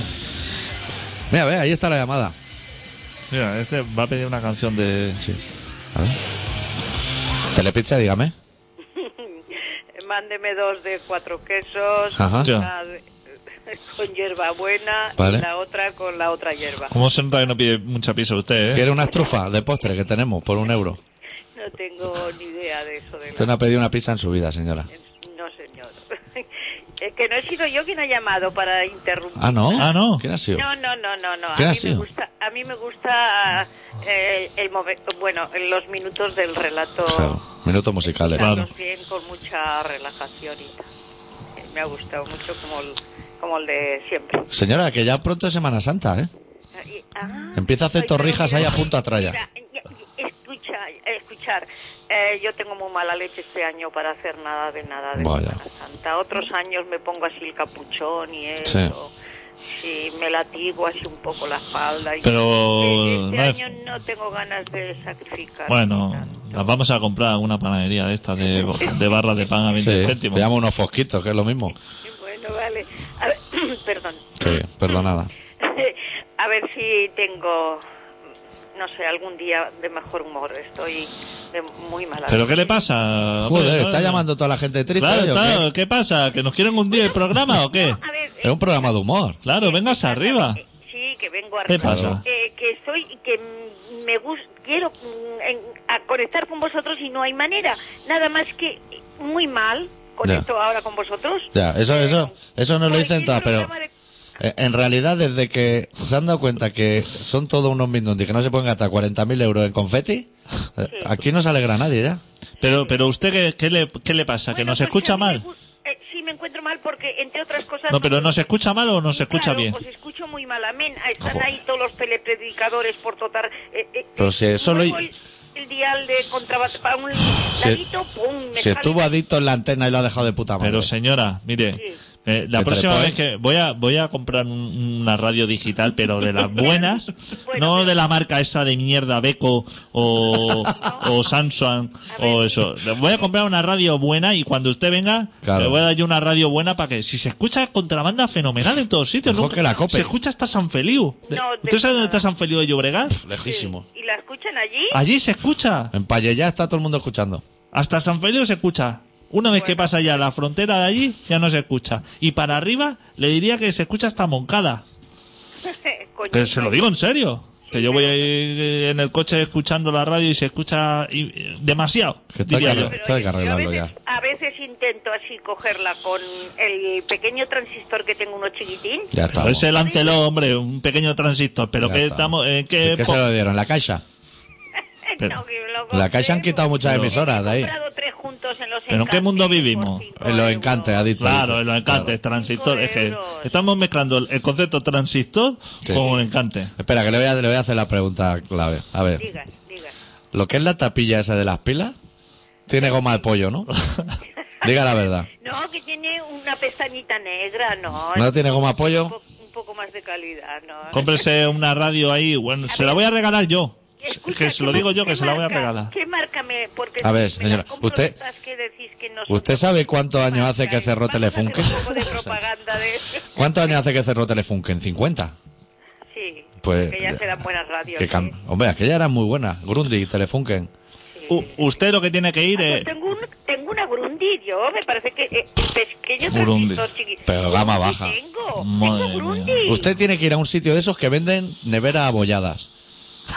Speaker 1: Mira, ve, ahí está la llamada.
Speaker 2: Mira, este va a pedir una canción de.
Speaker 1: Sí. A ver. Telepizza, dígame.
Speaker 6: Eh,
Speaker 7: Mándeme dos de cuatro quesos,
Speaker 1: Ajá.
Speaker 2: Ya.
Speaker 7: una de-
Speaker 6: con hierbabuena
Speaker 1: Vale.
Speaker 6: y la otra con la otra hierba.
Speaker 2: ¿Cómo se nota que no pide mucha pizza usted, eh?
Speaker 1: ¿Quiere unas trufas de postre que tenemos por un euro?
Speaker 6: No tengo ni idea de eso. De la-
Speaker 1: Usted no ha pedido una pizza en su vida, señora.
Speaker 6: No, señor. Es que no he sido yo quien ha llamado para interrumpir.
Speaker 1: Ah, no.
Speaker 2: Ah, no.
Speaker 1: ¿Quién ha sido?
Speaker 6: No, no, no, no, no. A
Speaker 1: ¿Quién ha
Speaker 6: mí, me
Speaker 1: sido?
Speaker 6: gusta, a mí me gusta eh, el move- bueno, los minutos del relato.
Speaker 1: Claro, minutos musicales.
Speaker 6: Carlos bien con mucha relajación y tal. Eh, Me ha gustado mucho como el, como el de siempre.
Speaker 1: Señora, que ya pronto es Semana Santa, ¿eh?
Speaker 6: Y- ah,
Speaker 1: Empieza a hacer
Speaker 6: ay,
Speaker 1: torrijas
Speaker 6: pero
Speaker 1: ahí a
Speaker 6: mira,
Speaker 1: punto a tralla.
Speaker 6: mira, y- y- Escucha, escuchar. Eh, yo tengo muy mala leche este año para hacer nada de nada de
Speaker 1: Vaya.
Speaker 6: Semana Santa. Otros años me pongo así el capuchón y
Speaker 1: Sí.
Speaker 6: eso. Sí, me latigo así un poco la espalda. Y
Speaker 2: Pero,
Speaker 6: Eh,
Speaker 2: no es-
Speaker 6: este año no tengo ganas de sacrificar.
Speaker 2: Bueno, las vamos a comprar a una panadería de estas de, de barras de pan a 20
Speaker 1: Sí,
Speaker 2: céntimos.
Speaker 1: le llamo unos fosquitos, que es lo mismo.
Speaker 6: Bueno, vale. A ver, perdón.
Speaker 1: Sí, perdonada.
Speaker 6: A ver si tengo, no sé, algún día de mejor humor. Estoy de muy mala.
Speaker 2: ¿Pero qué le
Speaker 6: leche.
Speaker 2: pasa?
Speaker 1: Joder,
Speaker 2: Hombre,
Speaker 1: está
Speaker 2: no,
Speaker 1: llamando toda la gente triste.
Speaker 2: Claro,
Speaker 1: ¿eh? ¿O
Speaker 2: claro,
Speaker 1: qué?
Speaker 2: ¿qué pasa? ¿Que nos quieren un día el programa o qué?
Speaker 6: A ver,
Speaker 1: Es un programa de humor.
Speaker 2: Claro, vengas arriba.
Speaker 6: eh, sí, que vengo
Speaker 2: ¿Qué
Speaker 6: arriba.
Speaker 2: pasa?
Speaker 6: Eh, que estoy, que mm, me gusta, quiero mm, en- a conectar con vosotros y no hay manera. Nada más que eh, muy mal conecto ahora con vosotros. Eh,
Speaker 1: Ya, eso, eso, eso no lo
Speaker 6: Porque
Speaker 1: dicen
Speaker 6: el
Speaker 1: todas, pero
Speaker 6: programa de-
Speaker 1: eh, en realidad desde que se han dado cuenta que son todos unos mindundi que no se pueden gastar 40.000 euros en confeti, eh, aquí no se alegra nadie ya.
Speaker 2: Pero, pero usted, ¿qué, qué le, qué le pasa? ¿Que
Speaker 6: Bueno,
Speaker 2: nos
Speaker 6: porque a
Speaker 2: escucha
Speaker 6: mí me
Speaker 2: mal?
Speaker 6: gu- eh, sí, me encuentro mal porque, entre otras cosas... eh,
Speaker 2: No, pero
Speaker 6: porque-
Speaker 2: ¿nos escucha mal o nos
Speaker 6: Sí,
Speaker 2: escucha
Speaker 6: claro,
Speaker 2: bien?
Speaker 6: Os escucho muy mal, amén. Ah, Están
Speaker 1: Joder.
Speaker 6: ahí todos los telepredicadores por total... eh, eh,
Speaker 1: Pero si
Speaker 6: eh,
Speaker 1: solo-
Speaker 6: muevo El, el dial de contrabate para un ladito, pum, me
Speaker 1: Si
Speaker 6: sale-
Speaker 1: estuvo adicto en la antena y lo ha dejado de puta madre.
Speaker 2: Pero señora, mire,
Speaker 6: Sí.
Speaker 2: eh, la
Speaker 1: ¿Qué
Speaker 2: próxima
Speaker 1: tal,
Speaker 2: vez que voy a voy a comprar un- una radio digital, pero de las buenas,
Speaker 6: Bueno,
Speaker 2: no
Speaker 6: pero-
Speaker 2: de la marca esa de mierda Beco o, o Samsung
Speaker 6: A ver.
Speaker 2: o eso. Le Voy a comprar una radio buena y cuando usted venga,
Speaker 1: Claro.
Speaker 2: le voy a dar yo una radio buena para que si se escucha contrabanda fenomenal en todos sitios,
Speaker 1: Mejor
Speaker 2: ¿no?
Speaker 1: que la Cope.
Speaker 2: Se escucha hasta San Feliu. De-
Speaker 6: No, de-
Speaker 2: ¿Usted sabe dónde está San Feliu de Llobregat?
Speaker 1: Lejísimo.
Speaker 6: Eh, ¿Y la escuchan allí?
Speaker 1: Ah,
Speaker 2: Allí se escucha.
Speaker 1: En Payellá está todo el mundo escuchando.
Speaker 2: Hasta San Feliu se escucha. Una vez que pasa ya la frontera de allí, ya no se escucha. Y para arriba, le diría que se escucha hasta Moncada.
Speaker 6: Coño,
Speaker 2: Que se lo digo en serio. Que yo voy eh, en el coche escuchando la radio y se escucha eh, demasiado.
Speaker 1: Que está
Speaker 2: diría yo.
Speaker 1: claro. Esto hay que
Speaker 6: yo a,
Speaker 1: arreglarlo
Speaker 6: veces, a veces intento así cogerla con el pequeño transistor que tengo, uno chiquitín.
Speaker 1: Ya está.
Speaker 2: Pues se lanceló, hombre, un pequeño transistor. Pero
Speaker 1: Ya
Speaker 2: que
Speaker 1: estamos.
Speaker 2: estamos. eh, que
Speaker 1: ¿Qué se
Speaker 2: po-
Speaker 1: lo dieron? ¿La caixa?
Speaker 2: Pero-
Speaker 6: No, que lo
Speaker 1: La
Speaker 6: compré,
Speaker 1: Caixa han quitado muchas
Speaker 6: porque
Speaker 1: emisoras de ahí.
Speaker 6: He comprado tres juntos en los
Speaker 2: ¿Pero en qué
Speaker 6: Encantes
Speaker 2: mundo
Speaker 6: por
Speaker 2: vivimos?
Speaker 6: cinco
Speaker 1: En los
Speaker 6: euros.
Speaker 1: encantes, ha dicho.
Speaker 2: Claro,
Speaker 1: dice.
Speaker 2: en los encantes,
Speaker 1: Claro.
Speaker 2: transistor. Es que
Speaker 6: euros.
Speaker 2: estamos mezclando el- el concepto transistor
Speaker 1: Sí.
Speaker 2: con encante.
Speaker 1: Espera, que le voy, a, le voy a hacer la pregunta clave. A ver,
Speaker 6: Diga, diga.
Speaker 1: lo que es la tapilla esa de las pilas, tiene goma de pollo, ¿no? Diga la verdad.
Speaker 6: No, que tiene una pestañita negra, no.
Speaker 1: ¿No tiene goma de
Speaker 6: Un,
Speaker 1: pollo?
Speaker 6: po- un poco más de calidad, no.
Speaker 2: Cómprese una radio ahí. Bueno, se la voy a regalar yo.
Speaker 6: Escucha,
Speaker 2: que se lo
Speaker 6: ¿qué
Speaker 2: digo
Speaker 6: mar-
Speaker 2: yo, que
Speaker 6: qué
Speaker 2: se la voy a
Speaker 6: marca-
Speaker 2: regalar.
Speaker 6: ¿Qué marca me...? Porque
Speaker 1: A ver,
Speaker 6: me la
Speaker 1: señora,
Speaker 6: compro
Speaker 1: usted-
Speaker 6: estas que decís que no son
Speaker 1: ¿Usted sabe cuántos años
Speaker 6: marca,
Speaker 1: hace que
Speaker 6: ¿eh?
Speaker 1: cerró
Speaker 6: Vamos a hacer
Speaker 1: Telefunken?
Speaker 6: un poco de propaganda de...
Speaker 1: ¿Cuántos años hace que cerró Telefunken? ¿50?
Speaker 6: Sí,
Speaker 1: Pues-
Speaker 6: que ya serán buenas radios. Ah,
Speaker 1: Que cam- Hombre, aquella era muy buena. Grundy, Telefunken.
Speaker 2: U- usted lo que tiene que ir
Speaker 6: Pues
Speaker 2: es.
Speaker 6: tengo, un, tengo una Grundy, yo me parece que eh, el pequeño
Speaker 2: Grundy.
Speaker 6: transistor chiquito.
Speaker 1: Pero gama
Speaker 6: Grundy
Speaker 1: baja.
Speaker 6: Tengo,
Speaker 2: Madre
Speaker 6: tengo Grundy.
Speaker 2: mía.
Speaker 1: Usted tiene que ir a un sitio de esos que venden neveras abolladas.
Speaker 6: Ah,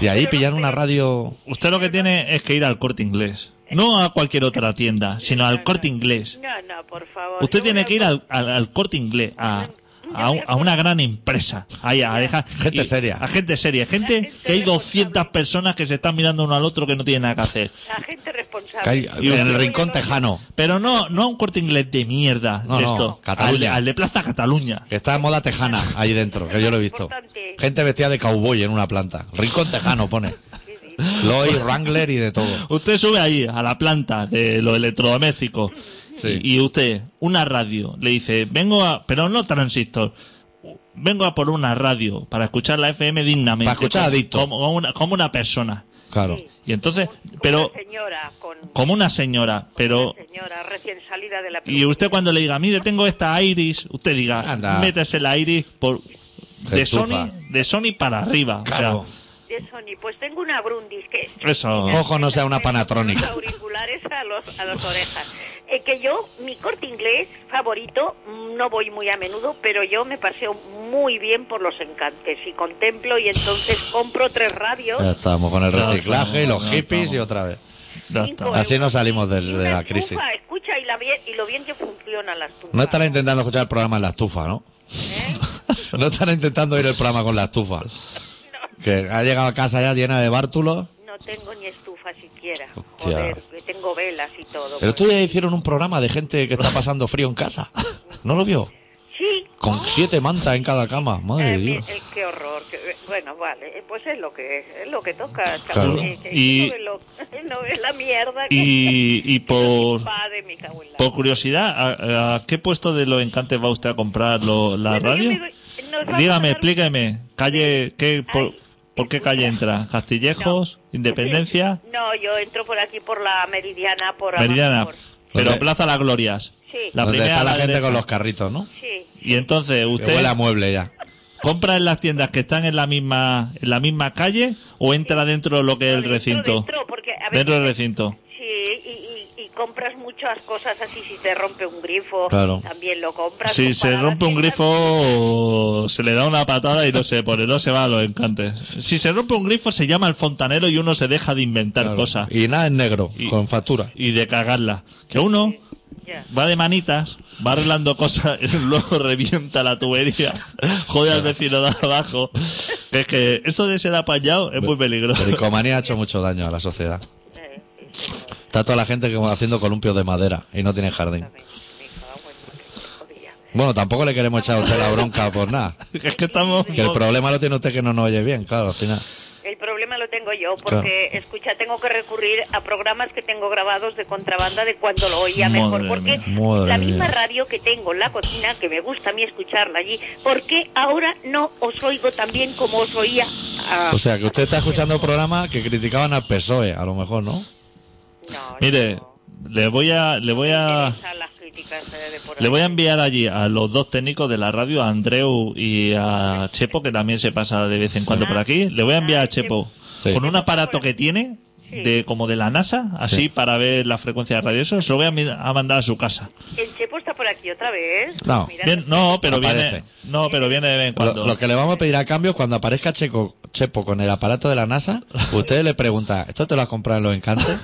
Speaker 1: Y ahí pillar una radio...
Speaker 2: Usted lo que tiene es que ir al corte inglés. No a cualquier otra tienda, sino al corte inglés.
Speaker 6: No, no, por favor.
Speaker 2: Usted
Speaker 6: yo
Speaker 2: tiene
Speaker 6: voy a-
Speaker 2: que ir al, al- al corte inglés, a, a un- a una gran empresa. Ahí, a dejar,
Speaker 1: Gente
Speaker 2: y-
Speaker 1: seria.
Speaker 2: A gente seria. Gente que hay 200 personas que se están mirando uno al otro que no tienen nada que hacer.
Speaker 6: La gente
Speaker 1: que
Speaker 6: responsable.
Speaker 1: hay-
Speaker 2: Y
Speaker 1: en el
Speaker 2: usted-
Speaker 1: rincón tejano.
Speaker 2: Pero no, no a un corte inglés de mierda.
Speaker 1: No,
Speaker 2: de
Speaker 1: no,
Speaker 2: esto. al,
Speaker 1: Cataluña.
Speaker 2: al de Plaza Cataluña.
Speaker 1: Que está en moda tejana ahí dentro, que yo lo he visto.
Speaker 6: Importante.
Speaker 1: Gente vestida de cowboy en una planta. Rincón tejano pone. Lloyd, Wrangler y de todo.
Speaker 2: Usted sube allí a la planta de los electrodomésticos
Speaker 1: Sí.
Speaker 2: y, y usted, una radio, le dice, vengo a, pero no transistor, vengo a por una radio para escuchar la FM dignamente.
Speaker 1: Para escuchar
Speaker 2: como-
Speaker 1: adicto.
Speaker 2: Como, una, como una persona.
Speaker 1: Claro.
Speaker 2: Y entonces,
Speaker 6: Con
Speaker 2: pero,
Speaker 6: una señora, con
Speaker 2: como una señora, pero...
Speaker 6: una señora recién salida de la
Speaker 2: Y usted cuando le diga, mire, tengo esta Iris, usted diga,
Speaker 1: Anda.
Speaker 2: métese la Iris por...
Speaker 1: Gentuza.
Speaker 2: De Sony, de Sony para arriba. O sea,
Speaker 1: Claro.
Speaker 6: de Sony, pues tengo una Grundis que
Speaker 2: eso.
Speaker 1: Ojo, no sea una
Speaker 6: panatrónica
Speaker 1: panatrónica.
Speaker 6: auriculares a los a las orejas. eh, que yo, mi corte inglés favorito, mm, no voy muy a menudo, pero yo me paseo muy bien por los encantes y contemplo y entonces compro tres radios.
Speaker 1: Ya estamos con el
Speaker 2: Ya
Speaker 1: reciclaje y
Speaker 2: estamos,
Speaker 1: los
Speaker 2: ya
Speaker 1: hippies
Speaker 2: estamos.
Speaker 1: y otra vez.
Speaker 2: Ya
Speaker 6: cinco
Speaker 2: está.
Speaker 1: Así no salimos del-
Speaker 6: y
Speaker 1: de
Speaker 6: una
Speaker 1: la crisis.
Speaker 6: estufa, Escucha y, la bien- y lo bien que funcionan las tufas.
Speaker 1: No estará intentando escuchar el programa en la estufa, ¿no?
Speaker 6: ¿Eh?
Speaker 1: No estará intentando ir el programa con la estufa. Que ha llegado a casa ya llena de bártulos.
Speaker 6: No tengo ni estufa siquiera.
Speaker 1: Hostia.
Speaker 6: Joder, que tengo velas y todo.
Speaker 1: El
Speaker 6: pues.
Speaker 1: otro día hicieron un programa de gente que está pasando frío en casa. ¿No lo vio?
Speaker 6: Sí.
Speaker 1: Con siete mantas en cada cama. Madre
Speaker 6: Eh,
Speaker 1: de
Speaker 6: mi-
Speaker 1: Dios.
Speaker 6: eh, qué horror. que- bueno, vale, eh, pues es lo que es, es lo que toca.
Speaker 1: Claro.
Speaker 6: chaval, que- que
Speaker 2: Y-
Speaker 6: no, ve lo- no ve la mierda.
Speaker 2: Y, y por,
Speaker 6: Va de mi cabuela.
Speaker 2: por curiosidad, ¿a, a qué puesto de los encantes va usted a comprar lo- la
Speaker 6: Bueno, yo
Speaker 2: radio?
Speaker 6: me voy- nos vamos a dar un-
Speaker 2: Dígame, explíqueme. Calle, ¿qué, por,
Speaker 6: Ay,
Speaker 2: por qué calle entra? ¿Castillejos? ¿Independencia?
Speaker 6: No, yo entro por aquí por la Meridiana por abajo,
Speaker 2: Meridiana.
Speaker 6: por-
Speaker 2: Pero
Speaker 1: ¿Dónde?
Speaker 2: Plaza Las Glorias.
Speaker 6: Sí.
Speaker 2: La
Speaker 1: Donde
Speaker 2: primera
Speaker 1: está
Speaker 2: a
Speaker 1: la, gente
Speaker 2: derecha.
Speaker 1: con los carritos, ¿no?
Speaker 6: Sí.
Speaker 2: Y entonces,
Speaker 1: Que
Speaker 2: ¿usted
Speaker 1: huele a mueble ya.
Speaker 2: compra en las tiendas que están en la misma en la misma calle o entra dentro de lo que es el
Speaker 6: Dentro,
Speaker 2: recinto?
Speaker 6: dentro, porque a veces-
Speaker 2: Dentro del recinto.
Speaker 6: Sí, y, y- y compras muchas cosas así. Si te rompe un grifo,
Speaker 1: Claro.
Speaker 6: también lo compras.
Speaker 2: Si se
Speaker 6: comparadas
Speaker 2: rompe un
Speaker 6: con las-
Speaker 2: grifo, se le da una patada y no se pone, no se va a los encantes. Si se rompe un grifo, se llama el fontanero y uno se deja de inventar
Speaker 1: Claro.
Speaker 2: cosas
Speaker 1: Y nada en negro,
Speaker 2: Y-
Speaker 1: con factura.
Speaker 2: y de cagarla. Que uno
Speaker 6: Ya.
Speaker 2: va de manitas, va arreglando cosas, y luego revienta la tubería, jode al vecino de abajo. Que es que eso de ser apañado es muy peligroso.
Speaker 1: Bricomanía ha hecho mucho daño a la sociedad.
Speaker 6: Eh,
Speaker 1: Está toda la gente como haciendo columpios de madera y no tiene jardín.
Speaker 6: me cago en la que se jodía.
Speaker 1: Bueno, tampoco le queremos echar a usted la bronca por nada.
Speaker 2: Es que estamos.
Speaker 1: Que el problema lo tiene usted que no nos oye bien, claro, al final.
Speaker 6: El problema lo tengo yo, porque, escucha, tengo que recurrir a programas que tengo grabados de contrabanda de cuando lo oía
Speaker 2: Madre
Speaker 6: mejor, porque
Speaker 2: mía,
Speaker 1: madre
Speaker 6: la misma
Speaker 1: mía.
Speaker 6: radio que tengo en la cocina, que me gusta a mí escucharla allí, porque ahora no os oigo tan bien como os oía. ah,
Speaker 1: O sea, que usted está escuchando programas que criticaban al PSOE, E, a lo mejor, ¿no?
Speaker 6: no,
Speaker 2: Mire,
Speaker 6: no.
Speaker 2: le voy a. Le voy a.
Speaker 6: Esas las críticas eh, de por
Speaker 2: Le voy a
Speaker 6: ahí.
Speaker 2: enviar allí a los dos técnicos de la radio, a Andreu y a Chepo, que también se pasa de vez en cuando por aquí. Le voy a enviar a Chepo
Speaker 1: Sí.
Speaker 2: con un aparato que tiene, de como de la NASA, así
Speaker 1: Sí.
Speaker 2: para ver la frecuencia de radio. Eso se lo voy a, mi- a mandar a su casa.
Speaker 6: El Chepo está por aquí otra vez.
Speaker 1: No.
Speaker 6: Mira,
Speaker 2: Bien, no, pero viene,
Speaker 1: Aparece.
Speaker 2: no, pero viene de vez en
Speaker 1: Lo,
Speaker 2: cuando.
Speaker 1: lo que le vamos a pedir a cambio es cuando aparezca Checo, Chepo con el aparato de la NASA, usted le pregunta, ¿esto te lo has comprado en los encantes?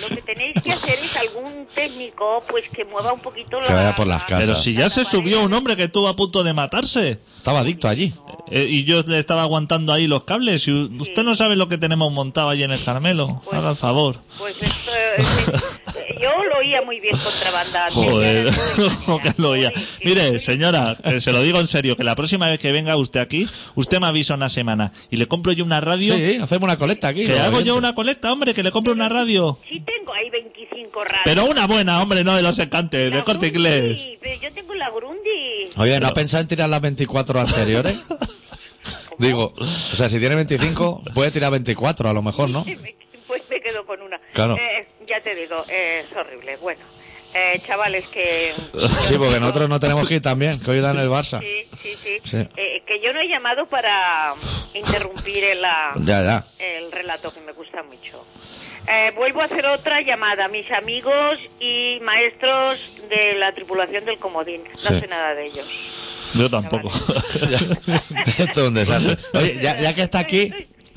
Speaker 6: Lo que tenéis que hacer es algún técnico, pues que mueva un poquito
Speaker 1: Que vaya por las casas.
Speaker 2: pero si ya se subió un hombre que estuvo a punto de matarse
Speaker 1: Estaba adicto allí.
Speaker 6: Oh.
Speaker 2: eh, y yo le estaba aguantando ahí los cables y u- usted no sabe lo que tenemos montado allí en el Carmelo,
Speaker 6: Pues-
Speaker 2: haga el favor.
Speaker 6: Pues esto, eh, yo lo oía muy bien contrabanda. antes,
Speaker 2: Joder,
Speaker 6: ya no lo
Speaker 2: como que lo oía.
Speaker 6: Joder, que
Speaker 2: Mire,
Speaker 6: soy-
Speaker 2: señora, que se lo digo en serio, que la próxima vez que venga usted aquí, usted me avisa una semana y le compro yo una radio.
Speaker 1: Sí, hacemos una colecta aquí.
Speaker 2: Que
Speaker 1: los
Speaker 2: hago yo
Speaker 1: oyentes.
Speaker 2: una colecta, hombre, que le compro una radio.
Speaker 6: Sí tengo ahí 25 radios.
Speaker 2: Pero una buena, hombre, no de los encantes, de
Speaker 6: La
Speaker 2: corte
Speaker 6: Grundy,
Speaker 2: inglés.
Speaker 6: pero yo tengo la Grundy.
Speaker 1: Oye, ¿no ha pensado en tirar las 24 anteriores? Digo, o sea, si tiene 25, puede tirar 24 a lo mejor,
Speaker 2: Ah.
Speaker 1: ¿no?
Speaker 6: Me- Pues me quedo con una.
Speaker 1: Claro.
Speaker 6: Eh, ya te digo, eh, es horrible. Bueno, eh, chavales, que...
Speaker 1: Sí, porque nosotros no tenemos que ir también, que hoy dan el Barça.
Speaker 6: Sí, sí, sí.
Speaker 1: Sí.
Speaker 6: Eh, que yo no he llamado para interrumpir el, ah,
Speaker 1: Ya, ya.
Speaker 6: el relato que me gusta mucho. Eh, vuelvo a hacer otra llamada a mis amigos y maestros de la tripulación del Comodín. No
Speaker 1: Sí.
Speaker 6: sé nada de ellos.
Speaker 2: Yo tampoco.
Speaker 1: Esto es un desastre. Oye, ya, ya que está aquí,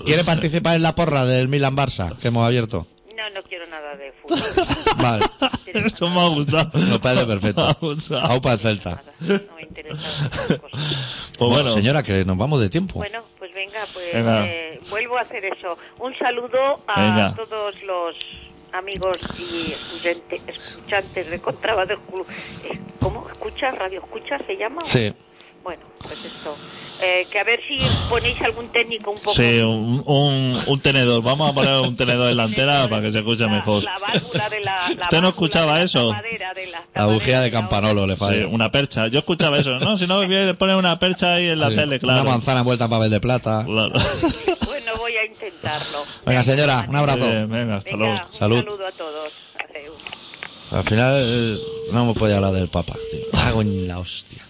Speaker 1: ¿quiere participar en la porra del Milan Barça que hemos abierto?
Speaker 6: No, no quiero nada de fútbol.
Speaker 1: Vale,
Speaker 2: Eso me ha gustado.
Speaker 1: nos parece
Speaker 2: Me ha
Speaker 1: perfecto. Ah,
Speaker 2: gustado.
Speaker 1: Aupa el Celta.
Speaker 6: Nada, no me interesa esas cosas.
Speaker 2: Pues
Speaker 1: Bueno,
Speaker 2: bueno,
Speaker 1: señora, que nos vamos de tiempo.
Speaker 6: Bueno, pues venga, pues
Speaker 2: Venga.
Speaker 6: eh, vuelvo a hacer eso. Un saludo a
Speaker 2: Venga.
Speaker 6: todos los amigos y escuchante- escuchantes de Contrabando Club. Eh, ¿Cómo? ¿Escucha? ¿Radio Escucha se llama?
Speaker 1: Sí.
Speaker 6: Bueno, pues esto. Eh, que a ver si ponéis algún técnico un poco.
Speaker 2: sí, un, un- un tenedor. Vamos a poner un tenedor en la antena para que se escuche
Speaker 6: La-
Speaker 2: mejor.
Speaker 6: La válvula de la. la
Speaker 2: ¿Usted no
Speaker 6: válvula
Speaker 2: escuchaba
Speaker 6: de la
Speaker 2: eso?
Speaker 6: tapadera, de la
Speaker 1: La bujía de
Speaker 6: tapadera.
Speaker 1: Campanolo le
Speaker 2: Sí,
Speaker 1: falla.
Speaker 2: una percha. Yo escuchaba eso, ¿no? Si no, le ponen una percha ahí en la
Speaker 1: Sí,
Speaker 2: tele, claro.
Speaker 1: Una manzana envuelta en papel de plata.
Speaker 2: Claro.
Speaker 6: Bueno, voy a intentarlo.
Speaker 1: Venga, señora, un abrazo.
Speaker 2: Eh, venga, hasta
Speaker 6: Venga,
Speaker 2: luego.
Speaker 6: un
Speaker 1: Salud.
Speaker 6: saludo a todos. Adeu.
Speaker 1: Al final eh, no hemos podido hablar del Papa, tío. Cago en la hostia.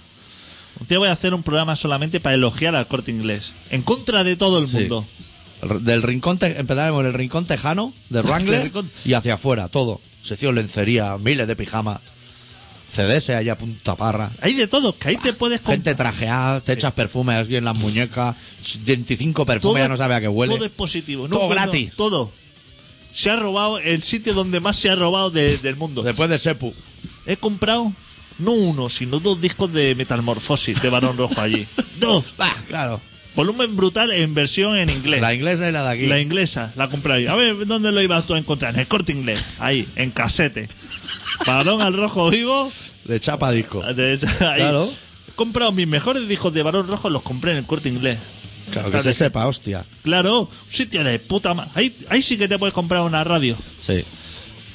Speaker 2: Un día voy a hacer un programa solamente para elogiar al corte inglés. En contra de todo el
Speaker 1: Sí.
Speaker 2: mundo.
Speaker 1: r- del rincón, te- empezaremos en el rincón tejano de
Speaker 2: Del
Speaker 1: Wrangler
Speaker 2: rincón-
Speaker 1: y hacia afuera, todo. Sección lencería, miles de pijamas, CDs allá punta parra.
Speaker 2: Hay de todo, que ahí te puedes comp-
Speaker 1: Gente trajeada, te echas perfumes aquí en las muñecas, 25
Speaker 2: todo
Speaker 1: perfumes, ya no sabe a qué huele.
Speaker 2: Todo es positivo.
Speaker 1: Todo
Speaker 2: Nunca- no,
Speaker 1: gratis.
Speaker 2: todo. Se ha robado el sitio donde más se ha robado de- del mundo.
Speaker 1: Después de Sepu.
Speaker 2: He comprado no uno, sino dos discos de Metamorfosis de Barón Rojo allí. dos.
Speaker 1: Bah, claro.
Speaker 2: Volumen brutal en versión en inglés.
Speaker 1: La inglesa y la de aquí.
Speaker 2: La inglesa, la compré ahí. A ver, ¿dónde lo ibas tú a encontrar? En el corte inglés, ahí, en casete. Barón al rojo vivo.
Speaker 1: De chapa disco.
Speaker 2: Ah, de- ahí.
Speaker 1: Claro.
Speaker 2: He comprado mis mejores discos de Barón Rojo, los compré en el corte inglés.
Speaker 1: Claro, que
Speaker 2: Claro,
Speaker 1: se
Speaker 2: es que-
Speaker 1: sepa, hostia.
Speaker 2: Claro, un sitio de puta madre. Ahí, ahí sí que te puedes comprar una radio.
Speaker 1: Sí.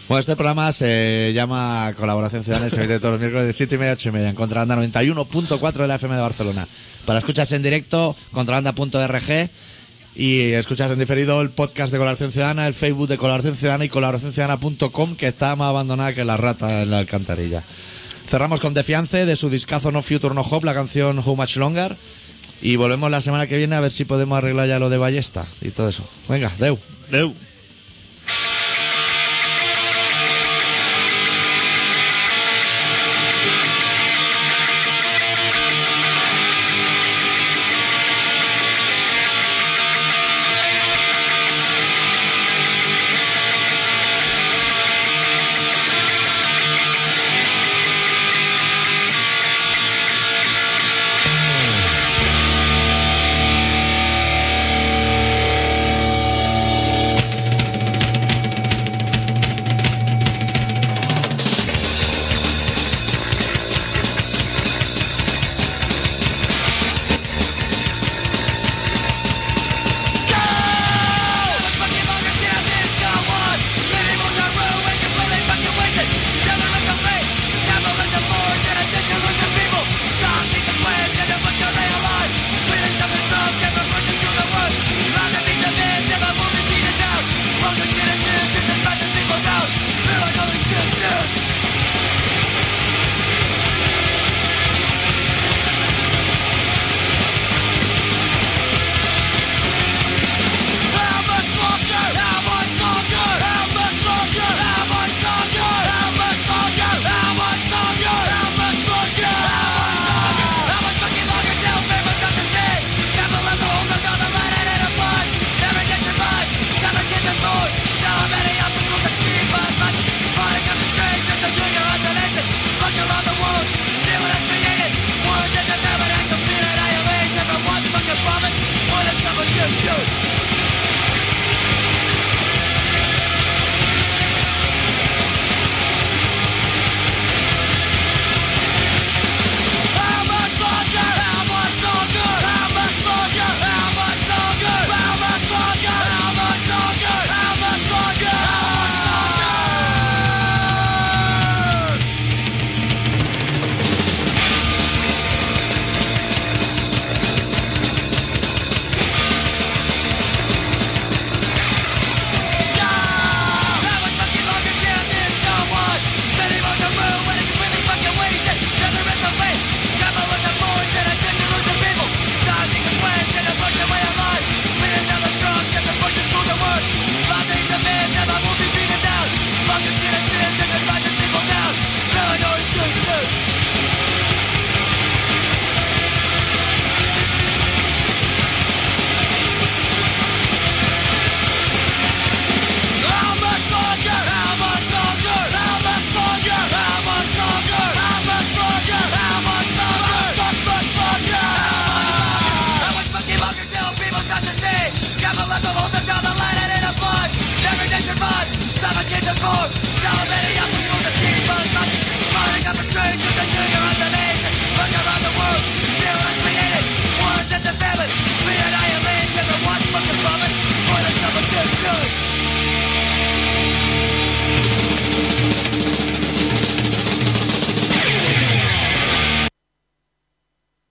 Speaker 1: Bueno, este programa se llama Colaboración Ciudadana y se emite todos los miércoles de 7 y media a 8 y media en Contrabanda 91.4 de la FM de Barcelona. Para escuchas en directo, contrabanda.org y escuchas en diferido el podcast de Colaboración Ciudadana, el Facebook de Colaboración Ciudadana y colaboracionciudadana.com que está más abandonada que la rata en la alcantarilla. Cerramos con Defiance de su discazo No Future No Hope, la canción How Much Longer y volvemos la semana que viene a ver si podemos arreglar ya lo de Ballesta y todo eso. Venga, Deu.
Speaker 2: Leu.